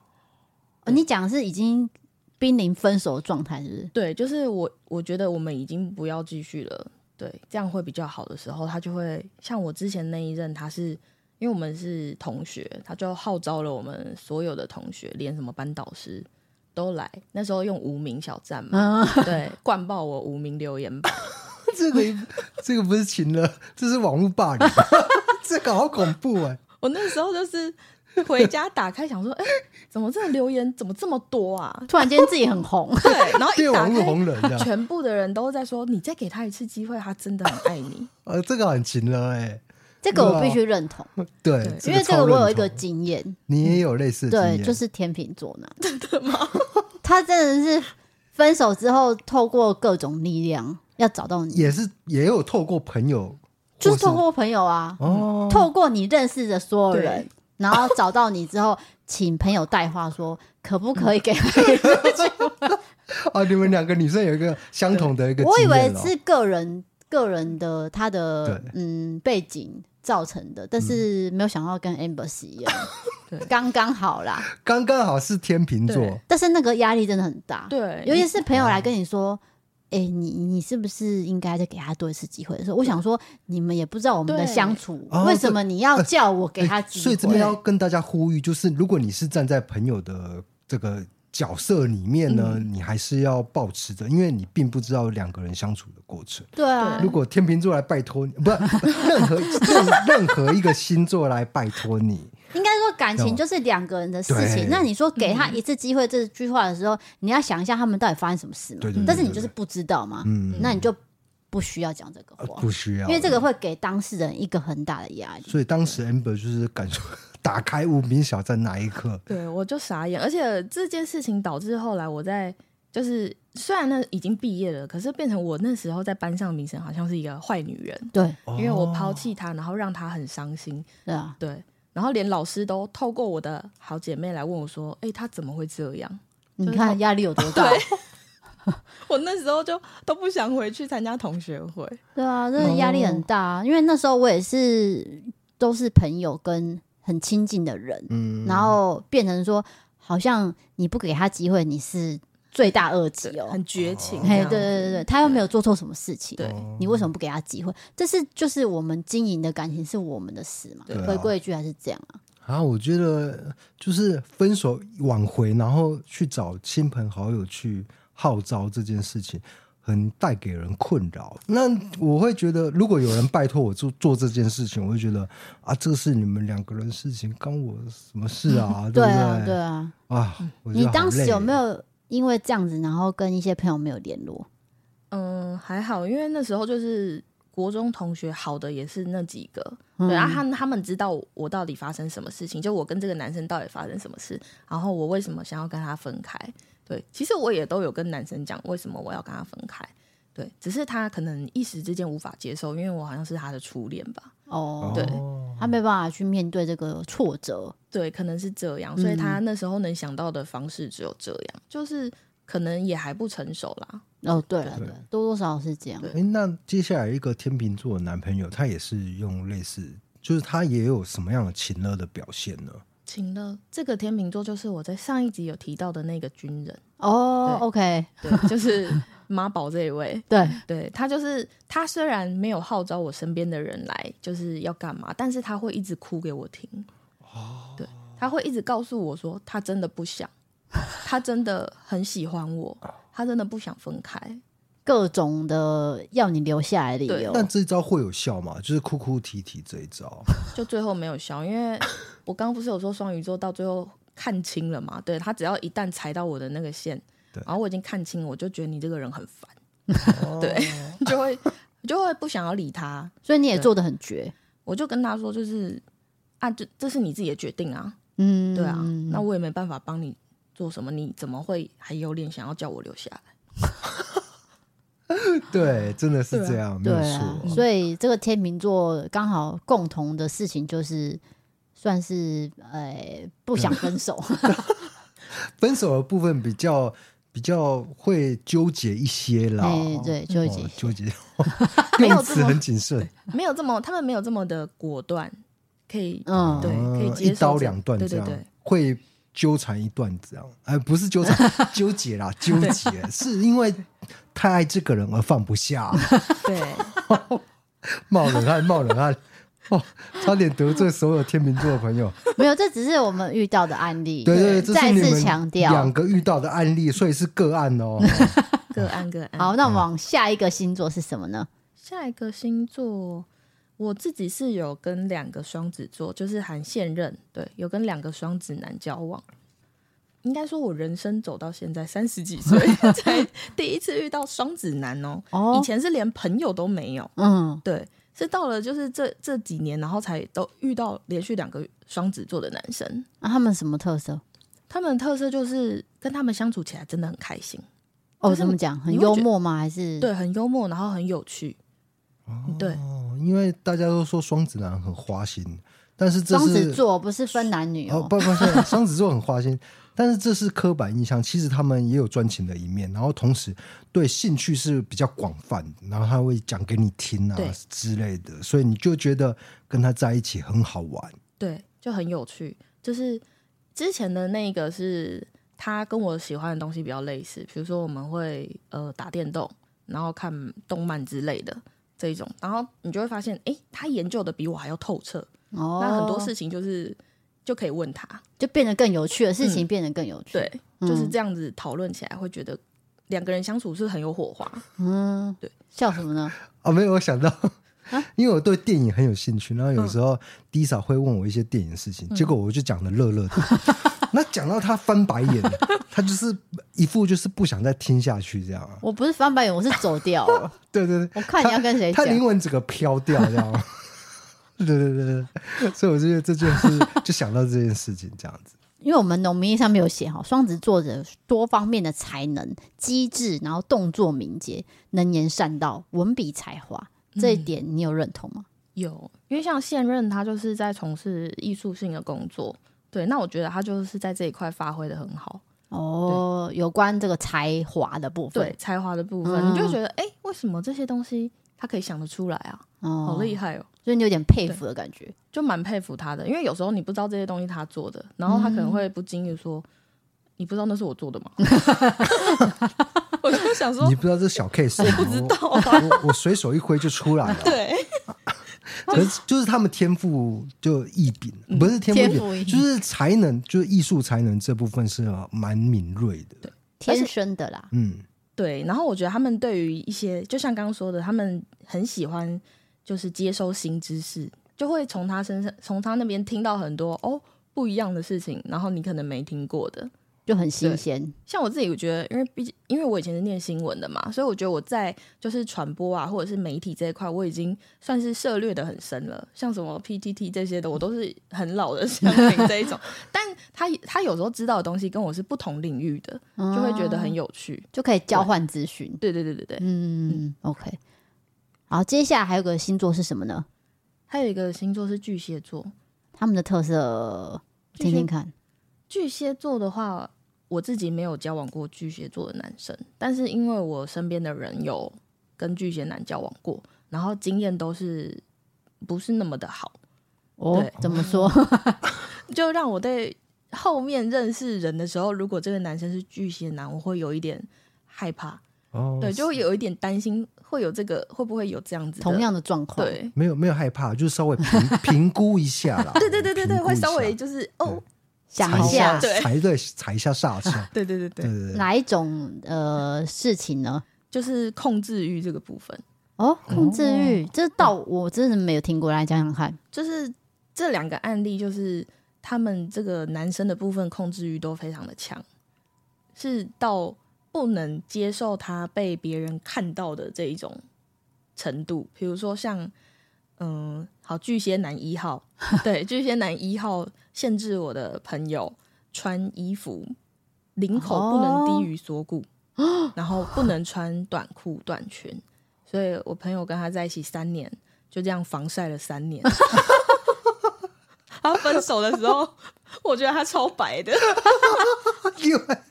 哦你讲的是已经濒临分手的状态，是不是？对，就是我，我觉得我们已经不要继续了，对，这样会比较好的时候，他就会像我之前那一任，他是因为我们是同学，他就号召了我们所有的同学，连什么班导师都来，那时候用无名小站嘛，啊嗯，对，灌爆我无名留言板，这个这个不是情了，这是网络霸 [LAUGHS] 凌，这个好恐怖哎、我那时候就是回家打开想说，哎、怎么这个留言怎么这么多啊？，突然间自己很红 [LAUGHS] 对，然后一变打网络开。红人的，全部的人都在说，你再给他一次机会，他真的很爱你。呃，这个很情了哎、这个我必须认同，对啊对，因为这个我有一个超认同，经验，你也有类似的经对，验，就是天秤座呢， [LAUGHS] 真的吗？他真的是分手之后，透过各种力量要找到你，也是也有透过朋友，就是或透过朋友啊，哦，透过你认识的所有人对， [LAUGHS] 然后找到你之后，请朋友带话说，可不可以给我一个机会？啊，你们两个女生有一个相同的一个经我以验哦，为是个人个人的他的对嗯背景造成的，但是没有想到跟 Embassy 一 [LAUGHS] 样对，刚刚好啦。刚刚好是天秤座对，但是那个压力真的很大，，对，尤其是朋友来跟你说。哎、你你是不是应该再给他多一次机会的时候？我想说，你们也不知道我们的对相处，哦为什么你要叫我给他哎机会？所以这边要跟大家呼吁，就是如果你是站在朋友的这个角色里面呢，嗯你还是要保持着，因为你并不知道两个人相处的过程。对啊，如果天秤座来拜托你，不， [LAUGHS] 任何任任何一个星座来拜托你，应该说感对情吧就是两个人的事对情。那你说给他一次机会这句话的时候，你要想一下他们到底发生什么事嘛对对对？但是你对就是不知道嘛，嗯，那你就不需要讲这个呃话，不需要，因为这个。会给当事人一个很大的压力。所以当时 Amber 就是感受 [LAUGHS] 打开无名小站那一刻，对，我就傻眼，而且这件事情导致后来我在就是虽然那已经毕业了，可是变成我那时候在班上名声好像是一个坏女人，对因为我抛哦弃她，然后让她很伤心，对啊，对，然后连老师都透过我的好姐妹来问我说：“哎、她怎么会这样你就是看压力有多 [LAUGHS] 大？？”我那时候就都不想回去参加同学会，对啊，真的压力很大啊。因为那时候我也是都是朋友跟很亲近的人，嗯，然后变成说好像你不给他机会，你是罪大恶极对哦，很绝情这嘿，样对子。对对对，他又没有做错什么事情，对你为什么不给他机会？这是就是我们经营的感情是我们的事嘛对啊，回归一句还是这样啊，啊，我觉得就是分手挽回，然后去找亲朋好友去号召这件事情，很带给人困扰。那我会觉得，如果有人拜托我做做这件事情，我会觉得啊，这是你们两个人的事情，关我什么事啊？对不啊对？对啊。啊，我觉你得好当时累有没？有因为这样子，然后跟一些朋友没有联络？嗯，还好，因为那时候就是国中同学，好的也是那几个，嗯对啊，他们他们知道我我到底发生什么事情，就我跟这个男生到底发生什么事，然后我为什么想要跟他分开？对，其实我也都有跟男生讲为什么我要跟他分开，对，只是他可能一时之间无法接受，因为我好像是他的初恋吧，哦，对哦他没办法去面对这个挫折，对，可能是这样，所以他嗯那时候能想到的方式只有这样，就是可能也还不成熟啦，哦，对了，对对，多多少少是这样，对诶，那接下来一个天秤座的男朋友，他也是用类似，就是他也有什么样的情勒的表现呢？哦晴了，这个天秤座就是我在上一集有提到的那个军人，哦对，OK，对， [LAUGHS] 就是妈宝这一位，对，对他就是他虽然没有号召我身边的人来就是要干嘛，但是他会一直哭给我听。哦，对，他会一直告诉我说他真的不 [LAUGHS] 想，他真的很喜欢我，他真的不想分开。各种的要你留下来的理对由那，这一招会有效吗？就是哭哭啼啼这一招，就最后没有消，因 [LAUGHS] 为我刚刚不是有说双鱼座到最后看清了嘛？对他只要一旦踩到我的那个线，对然后我已经看清了，我就觉得你这个人很烦，对，就会就会不想要理他。所以你也对做的很绝，我就跟他说，就是啊，这这是你自己的决定啊，嗯，对啊，那我也没办法帮你做什么，你怎么会还有脸想要叫我留下来？ [LAUGHS] 对，真的是对啊这样，没对有啊，错。所以这个天秤座刚好共同的事情就是，算是呃不想分 [LAUGHS] 手，分手的部分比较比较会纠结一些啦，哎对纠结哦 [LAUGHS] 纠结，没有用这词么很谨慎，没有这么，他们没有这么的果断，可以，嗯，对可以嗯接受一刀这两断对这对样对，会纠缠一段子啊，哎、不是纠缠，纠结啦，纠结，是因为太爱这个人而放不下，对，冒冷汗，冒冷汗，哦，差点得罪所有天秤座的朋友。没有，这只是我们遇到的案例。对对，这是再你们次强两调。个遇到的案例，所以是个案哦。个案个案。 [LAUGHS] 好，那我们往下一个星座是什么呢？下一个星座，我自己是有跟两个双子座，就是含现任，对，有跟两个双子男交往。应该说，我人生走到现在三十几岁， [LAUGHS] 才第一次遇到双子男哦。哦以前是连朋友都没有，嗯，对，是到了就是这这几年，然后才都遇到连续两个双子座的男生。那、他们什么特色？他们的特色就是跟他们相处起来真的很开心，哦，就是怎么讲？很你会幽觉默吗？还是对，很幽默，然后很有趣，对，哦，因为大家都说双子男很花心，但是这双是子座不是分男女哦，哦？不不是， [LAUGHS] 双子座很花心，但是这是刻板印象。其实他们也有专情的一面，然后同时对兴趣是比较广泛，然后他会讲给你听啊对之类的，所以你就觉得跟他在一起很好玩。对，就很有趣。就是之前的那个是他跟我喜欢的东西比较类似，比如说我们会呃打电动，然后看动漫之类的这一种，然后你就会发现，诶，他研究的比我还要透彻，哦，那很多事情就是就可以问他，就变得更有趣了，事情变得更有趣。嗯对，，就是嗯这样子讨论起来会觉得。两个人相处是很有火花，嗯，对，笑什么呢？哦，没有，我想到， [LAUGHS] 因为我对电影很有兴趣，然后有时候 Lisa 会问我一些电影的事情，结果我就讲的乐乐的。 [LAUGHS] 那讲到他翻白眼，他就是一副就是不想再听下去这样啊。我不是翻白眼，我是走掉 [LAUGHS] 了。对对对，我看你要跟谁他讲。灵魂整个飘掉，这样。 [LAUGHS] 对对对对，所以我就觉得这件事，就想到这件事情这样子。因为我们农民历上面有写哈，双子座的多方面的才能、机智，然后动作敏捷、能言善道、文笔才华，嗯这一点你有认同吗？有，因为像现任他就是在从事艺术性的工作，对，那我觉得他就是在这一块发挥的很好，哦，有关这个才华的部分对，才华的部分，嗯你就会觉得哎、诶为什么这些东西他可以想得出来啊？哦，好厉害哦！所以你有点佩服的感觉。就蛮佩服他的，因为有时候你不知道这些东西他做的，然后他可能会不经意说：“你不知道那是我做的吗？” [LAUGHS] 我就想说你，不知道这小 case，我不知道、啊我我随手一挥就出来了。对，可是就是他们天赋就异禀，不是天天赋赋异异禀，禀就是才能，就是艺术才能这部分是蛮敏锐的。而且天生的啦，嗯，对，然后我觉得他们对于一些，就像刚刚说的，他们很喜欢就是接收新知识，就会从他身上，从他那边听到很多哦不一样的事情，然后你可能没听过的。就很新鲜。像我自己，我觉得，因为毕竟因为我以前是念新闻的嘛，所以我觉得我在就是传播啊，或者是媒体这一块，我已经算是涉略的很深了。像什么 PTT 这些的，我都是很老的乡民这一种。但他他有时候知道的东西跟我是不同领域的，就会觉得很有趣。就可以交换资讯。对对对对对，嗯，OK。好，接下来还有个星座是什么呢？还有一个星座是巨蟹座。他们的特色，巨蟹听听看。巨蟹座的话，我自己没有交往过巨蟹座的男生，但是因为我身边的人有跟巨蟹男交往过，然后经验都是不是那么的好，哦对，怎么说？就让我对后面认识人的时候，如果这个男生是巨蟹男，我会有一点害怕，哦，对，就会有一点担心，会有这个会不会有这样子的同样的状况，对。没有没有害怕，就是稍微评评估一下啦。对对对对对，评估会一下稍微就是哦，想踩一一下下，对踩对踩一下 [LAUGHS] 刹车。对对对对对，对对，哪一种呃事情呢？就是控制欲这个部分，哦，控制欲，这倒我真的没有听过，来讲讲看。就是这两个案例，就是他们这个男生的部分控制欲都非常的强，是到不能接受他被别人看到的这一种程度。比如说像，嗯，好，巨蟹男一号，对，巨蟹男一号限制我的朋友穿衣服，领口不能低于锁骨，然后不能穿短裤短裙。所以我朋友跟他在一起三年，就这样防晒了三年。他分手的时候，我觉得他超白的，因为哎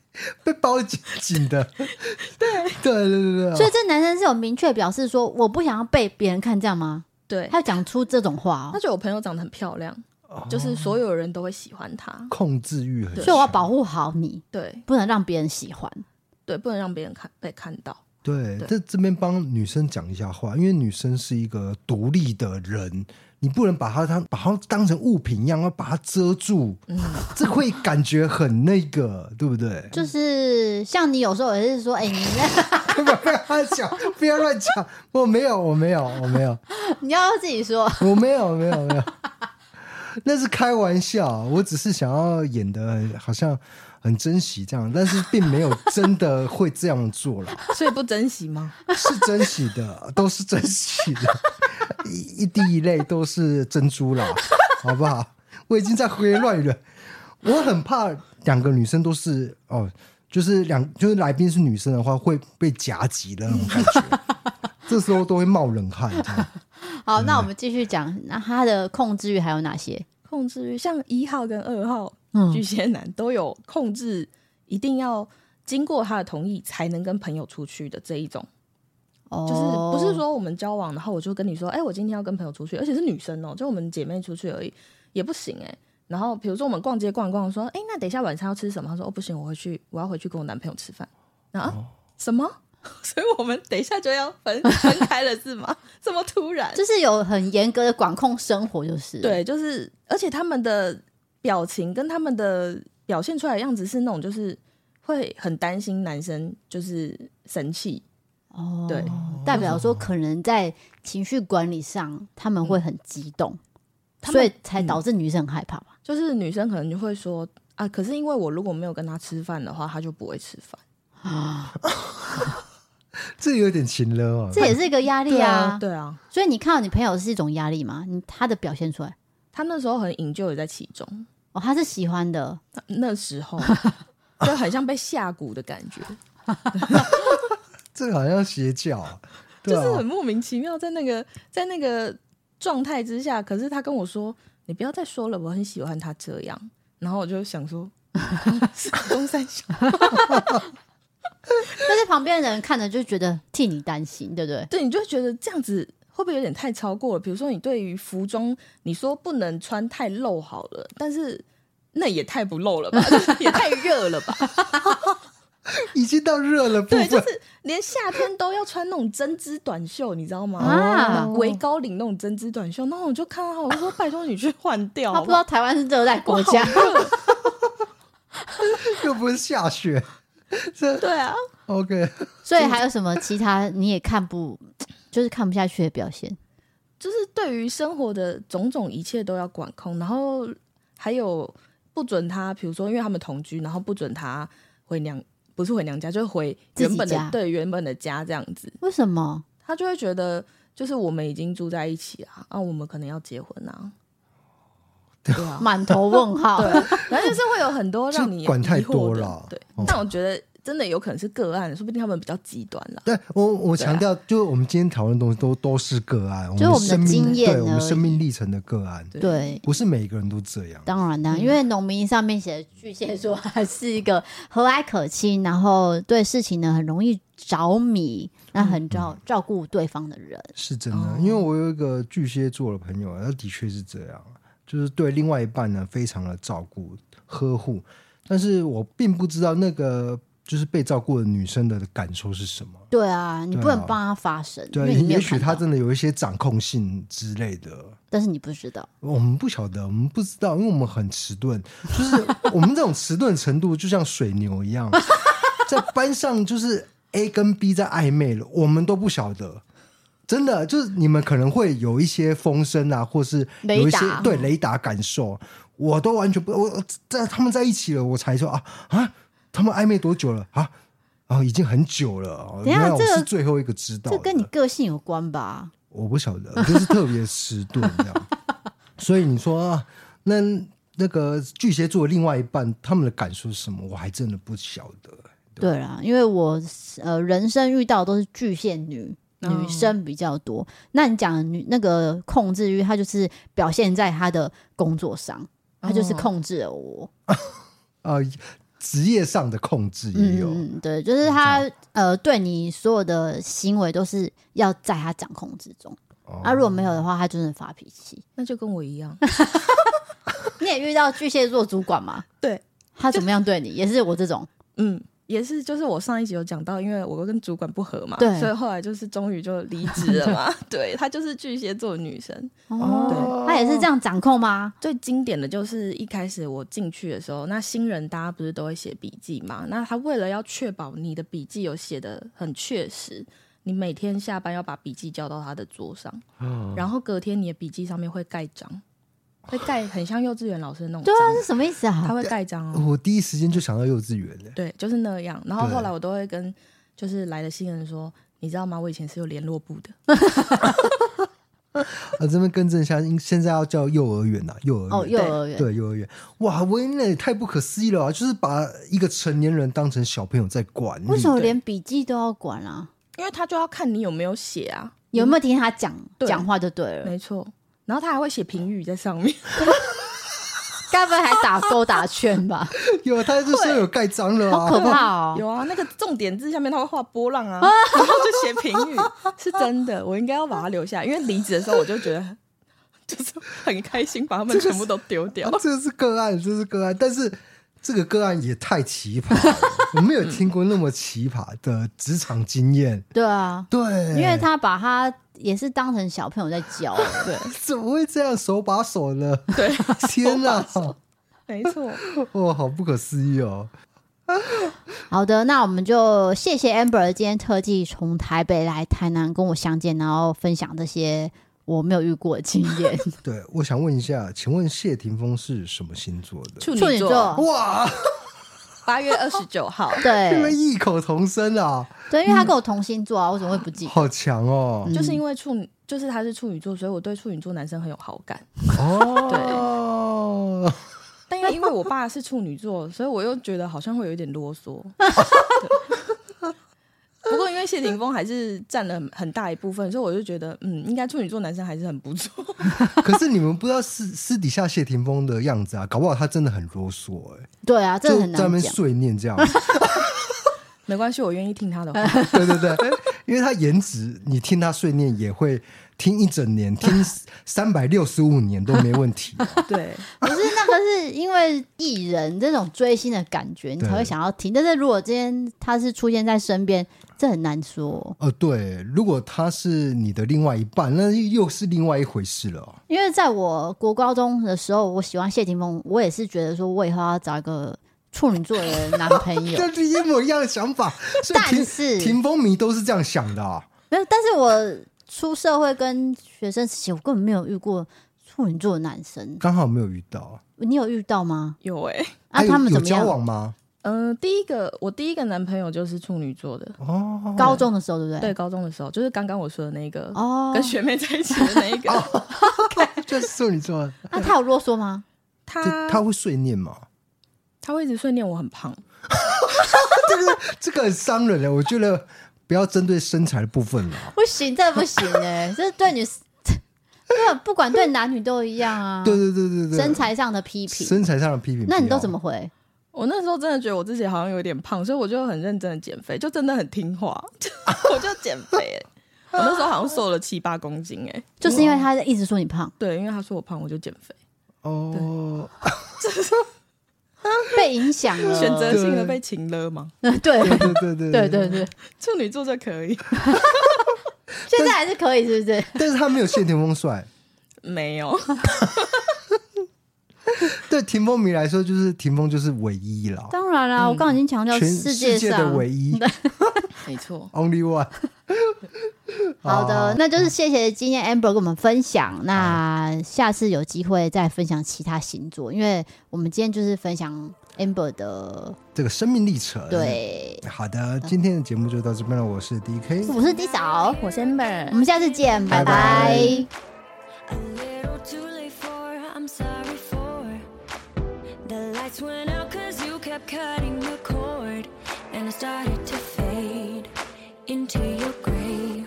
被包得紧紧的。对对对对啊所以对，这男生是有明确表示说我不想要被别人看这样吗？对，他有讲出这种话他哦，觉得我朋友长得很漂亮，就是所有人都会喜欢他。控制欲很强，所以我要保护好你，对不能让别人喜欢。？对，不能让别人看被看到。对，对这这边帮女生讲一下话，因为女生是一个独立的人，你不能把她她把她当成物品一样，要把她遮住，这会感觉很那个，对不对就是像你有时候也是说，哎、你不要乱讲，不要乱讲，我没有，我没有，我没有，你要自己说，我没有，没有，没有，那是开玩笑，我只是想要演的好像很珍惜这样，但是并没有真的会这样做了。 [LAUGHS] 所以不珍惜吗？ [LAUGHS] 是珍惜的，都是珍惜的，一一滴一泪都是珍珠啦，好不好？我已经在胡言乱语了，我很怕两个女生都是哦，就是两就是来宾是女生的话会被夹击的那种感觉，这时候都会冒冷汗。这样好，那我们继续讲，那他的控制欲还有哪些？控制欲，像一号跟二号嗯巨蟹男都有控制，一定要经过他的同意才能跟朋友出去的这一种。哦就是不是说我们交往，然后我就跟你说，哎、我今天要跟朋友出去，而且是女生哦、就我们姐妹出去而已，也不行哎、然后比如说我们逛街逛一逛，说，哎、那等一下晚餐要吃什么？他说，哦，不行，我回去，我要回去跟我男朋友吃饭。啊，什么？ [LAUGHS] 所以我们等一下就要分分开了是吗？ [LAUGHS] 这么突然？就是有很严格的管控生活，就是，对，就是，而且他们的表情跟他们的表现出来的样子是那种，就是会很担心男生就是生气，哦，对，代表说可能在情绪管理上他们会很激动，嗯他们嗯所以才导致女生很害怕吧？就是女生可能就会说啊，可是因为我如果没有跟他吃饭的话，他就不会吃饭。这有点勤了哦，这也是一个压力啊。对啊，所以你看到你朋友是一种压力嘛？你他的表现出来，他那时候很引咎也在其中，哦，他是喜欢的，那那时候就很像被下蛊的感觉，这个好像邪教啊，对就啊，是很莫名其妙，在那个在那个状态之下，可是他跟我说：“你不要再说了，我很喜欢他这样。”然后我就想说， [LAUGHS] 是东山小但是旁边的人看着就觉得替你担心，对不对？对，你就会觉得这样子会不会有点太超过了？比如说，你对于服装，你说不能穿太露好了，但是那也太不露了吧， [LAUGHS] 就是也太热了吧？已经到热了部 [LAUGHS] 对，就分，是连夏天都要穿那种针织短袖，你知道吗？啊围高领那种针织短袖，然后我就看到他，我就说拜托你去换掉他好不不知 [LAUGHS] 好，道台湾是热带国家，又不是下雪。 [LAUGHS] 这对啊， OK，所以还有什么其他你也看不，就是看不下去的表现？就是对于生活的种种一切都要管控，然后还有不准他，比如说因为他们同居，然后不准他回娘，不是回娘家，就是回自己原本家的对原本的家这样子，为什么？他就会觉得就是我们已经住在一起啊，啊，我们可能要结婚 [LAUGHS] 啊，对啊，满头问号。对，反正就是会有很多让你 [LAUGHS] 这管太疑惑多的了对哦，但我觉得真的有可能是个案，说不定他们比较极端啦。对我，我对啊强调，就是我们今天讨论的东西都都是个案，就是我们的生命经验对我而们已生命历程的个案，对对不是每一个人都这样。当然啊啦，因为农民上面写的巨蟹座，还是一个和蔼可亲，然后对事情呢很容易着迷，那很嗯照照顾对方的人。是真的，哦因为我有一个巨蟹座的朋友，他的确是这样，就是对另外一半呢非常的照顾呵护，但是我并不知道那个就是被照顾的女生的感受是什么。对啊，你对啊不能帮他发声，因对，啊为你没有也许看他到，真的有一些掌控性之类的。但是你不知道。我们不晓得，我们不知道，因为我们很迟钝， [LAUGHS] 就是我们这种迟钝程度就像水牛一样， [LAUGHS] 在班上就是 A 跟 B 在暧昧了，我们都不晓得。真的，就是你们可能会有一些风声啊，或是有雷一些达对雷达感受，我都完全不，我我在他们在一起了，我才说啊啊，他们暧昧多久了啊？啊，已经很久了，哦等一下没有，我这个是最后一个知道的。这跟你个性有关吧？我不晓得，就是特别迟钝 [LAUGHS] 这样。所以你说啊那那个巨蟹座的另外一半他们的感受是什么？我还真的不晓得。对啦，因为我呃人生遇到都是巨蟹女。嗯女生比较多，那你讲的女那个控制欲，她就是表现在她的工作上，她就是哦控制了我。啊，职业上的控制也有，嗯，嗯对，就是他呃，对你所有的行为都是要在他掌控之中。哦啊，如果没有的话，他就是发脾气。 [LAUGHS] 那就跟我一样，你也遇到巨蟹座主管吗？对，他怎么样对你？也是我这种，嗯，也是，就是我上一集有讲到，因为我跟主管不合嘛，对所以后来就是终于就离职了 [LAUGHS] 嘛。对，她就是巨蟹座女生，哦，他也是这样掌控吗？最经典的就是一开始我进去的时候，那新人大家不是都会写笔记嘛？那他为了要确保你的笔记有写的很确实，你每天下班要把笔记交到他的桌上，然后隔天你的笔记上面会盖章，会盖很像幼稚园老师的那种对啊，章，是什么意思他啊？会盖章哦。我第一时间就想到幼稚园了。对，就是那样。然后对后来我都会跟就是来的新人说，你知道吗？我以前是有联络部的，啊，这边更正一下，因现在要叫幼儿园呐、幼儿园。哦，幼儿园，对幼儿园，哇，我那也太不可思议了啊！就是把一个成年人当成小朋友在管，为什么嗯对连笔记都要管啊？因为他就要看你有没有写啊，有没有听他讲嗯对讲话就对了？没错。然后他还会写评语在上面，该不会还打勾打圈 [LAUGHS] 吧？ [LAUGHS] 有他就说有盖章了好可啊！怕哦！有啊，那个重点字下面他会画波浪啊，然后就写评语，是真的。我应该要把它留下来，因为离职的时候我就觉得。就是很开心，把他们全部都丢掉。啊这是个案，这是个案，但是这个个案也太奇葩了，我没有听过那么奇葩的职场经验。对啊，对，因为他把他也是当成小朋友在教，对怎么会这样手把 [LAUGHS] 手呢？对，天哪、没错。哇，好不可思议哦！好的，那我们就谢谢 Amber 今天特地从台北来台南跟我相见，然后分享这些我没有遇过的经验。对，我想问一下，请问谢霆锋是什么星座的？处处女女座座，哇，八月二十九号，你们对异口同声啊，对，因为他跟我同星座啊，我怎么会不记得？好强哦！就是因为处女，就是他是处女座，所以我对处女座男生很有好感。嗯哦，对。但因为因为我爸是处女座，所以我又觉得好像会有一点啰嗦。对不过因为谢霆锋还是占了很大一部分，所以我就觉得，嗯，应该处女座男生还是很不错。 [LAUGHS] 可是你们不知道私私底下谢霆锋的样子啊，搞不好他真的很啰嗦哎、对啊，这就很在那难 [LAUGHS] 边讲。碎念这样。没关系，我愿意听他的话。对对对， [LAUGHS] 因为他颜值，你听他碎念也会听一整年，听三百六十五年都没问 [LAUGHS] 题。对，可是那个是因为艺人这种追星的感觉，你才会对想要听。但是如果今天他是出现在身边，这很难说，哦，对，如果他是你的另外一半，那又是另外一回事了哦。因为在我国高中的时候，我喜欢谢霆锋，我也是觉得说我以后要找一个处女座的男朋 [LAUGHS] 友。这是一模一样的 [LAUGHS] 想法，所以但霆是霆锋迷都是这样想的、啊。没有，但是我出社会跟学生时期，我根本没有遇过处女座的男生。刚好没有遇到，你有遇到吗？有哎、啊，还有他们有怎么交样？往吗？嗯、第一个我第一个男朋友就是处女座的，哦，高中的时候，对不对？对，。高中的时候就是刚刚我说的那个，哦跟，学妹在一起的那一个，就是处 [LAUGHS] 女座，那他有啰嗦吗？他这他会碎念吗？他会一直碎念我很胖，这个很伤人的，我觉得不要针对身材的部分了。啊不行，这不行哎、 [LAUGHS] 这对女，对，不管对男女都一样啊。 [LAUGHS] 对对对对对，身材上的批评，身材上的批评，那你不要都怎么？回？我那时候真的觉得我自己好像有点胖，所以我就很认真的减肥，就真的很听话， [LAUGHS] 我就减肥、欸我那时候好像瘦了七八公斤、哎，就是因为他一直说你胖，对，因为他说我胖，我就减肥，哦，被影响了，选择性的被情勒嘛。 [LAUGHS] 对对对对对对对对，处女座就可以， [LAUGHS] 现在还是可以，是不是？但是他没有谢霆锋帅。没有，对霆锋迷来说，就是霆锋就是唯一啦，当然啦，我刚刚已经强调嗯全世界界的上 [LAUGHS] 唯一 [LAUGHS] 没错， ，only one。好的，那就是谢谢今天 Amber 跟我们分享。那下次有机会再分享其他星座，因为我们今天就是分享 Amber 的这个生命历程。，对。好的，今天的节目就到这边了，我是 DK。我是 D 嫂，我是 amber 我们下次见，拜拜拜拜 A little too late for, I'm sorry for. The lights went out cause you kept cutting the cord. And I started to fade into your grave.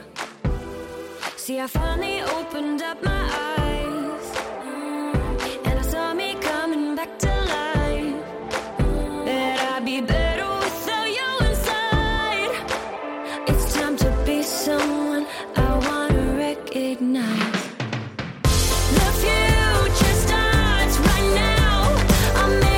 See, I finally opened up my eyes. Mm. And I saw me coming back to life. That I'd be better without you inside. It's time to be someone I wanna recognize. The future starts right now.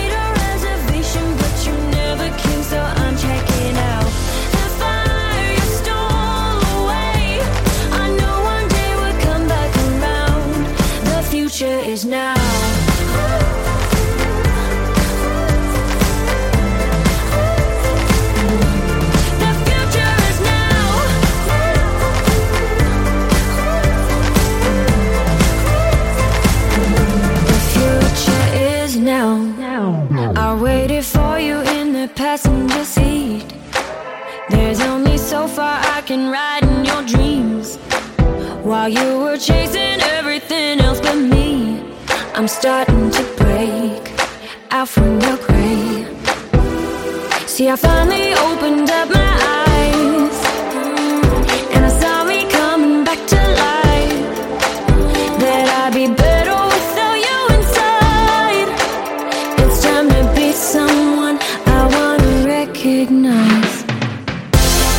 While you were chasing everything else but me, I'm starting to break out from the gray. See, I finally opened up my eyes, and I saw me coming back to life. That I'd be better without you inside. It's time to be someone I wanna recognize.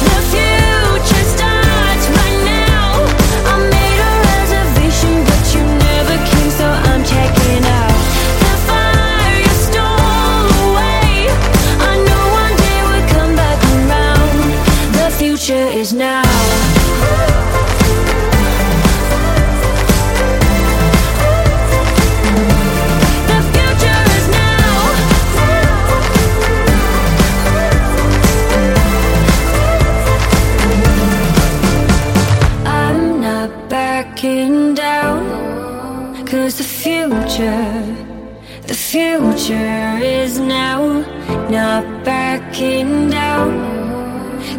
The future starts right now. I made a reservation, but you never came, so I'm checking out. The fire you stole away. I know one day we'll come back around. The future is now. The future is now. I'm not backing down. Cause the future, the future is now. Not backing down.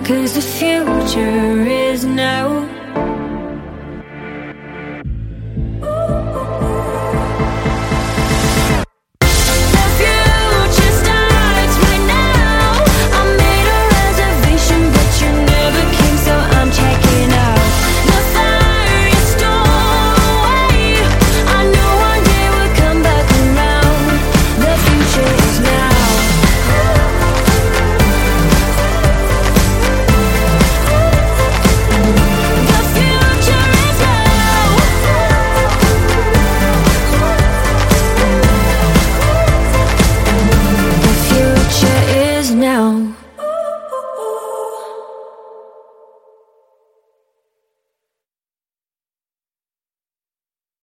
Cause the future is now.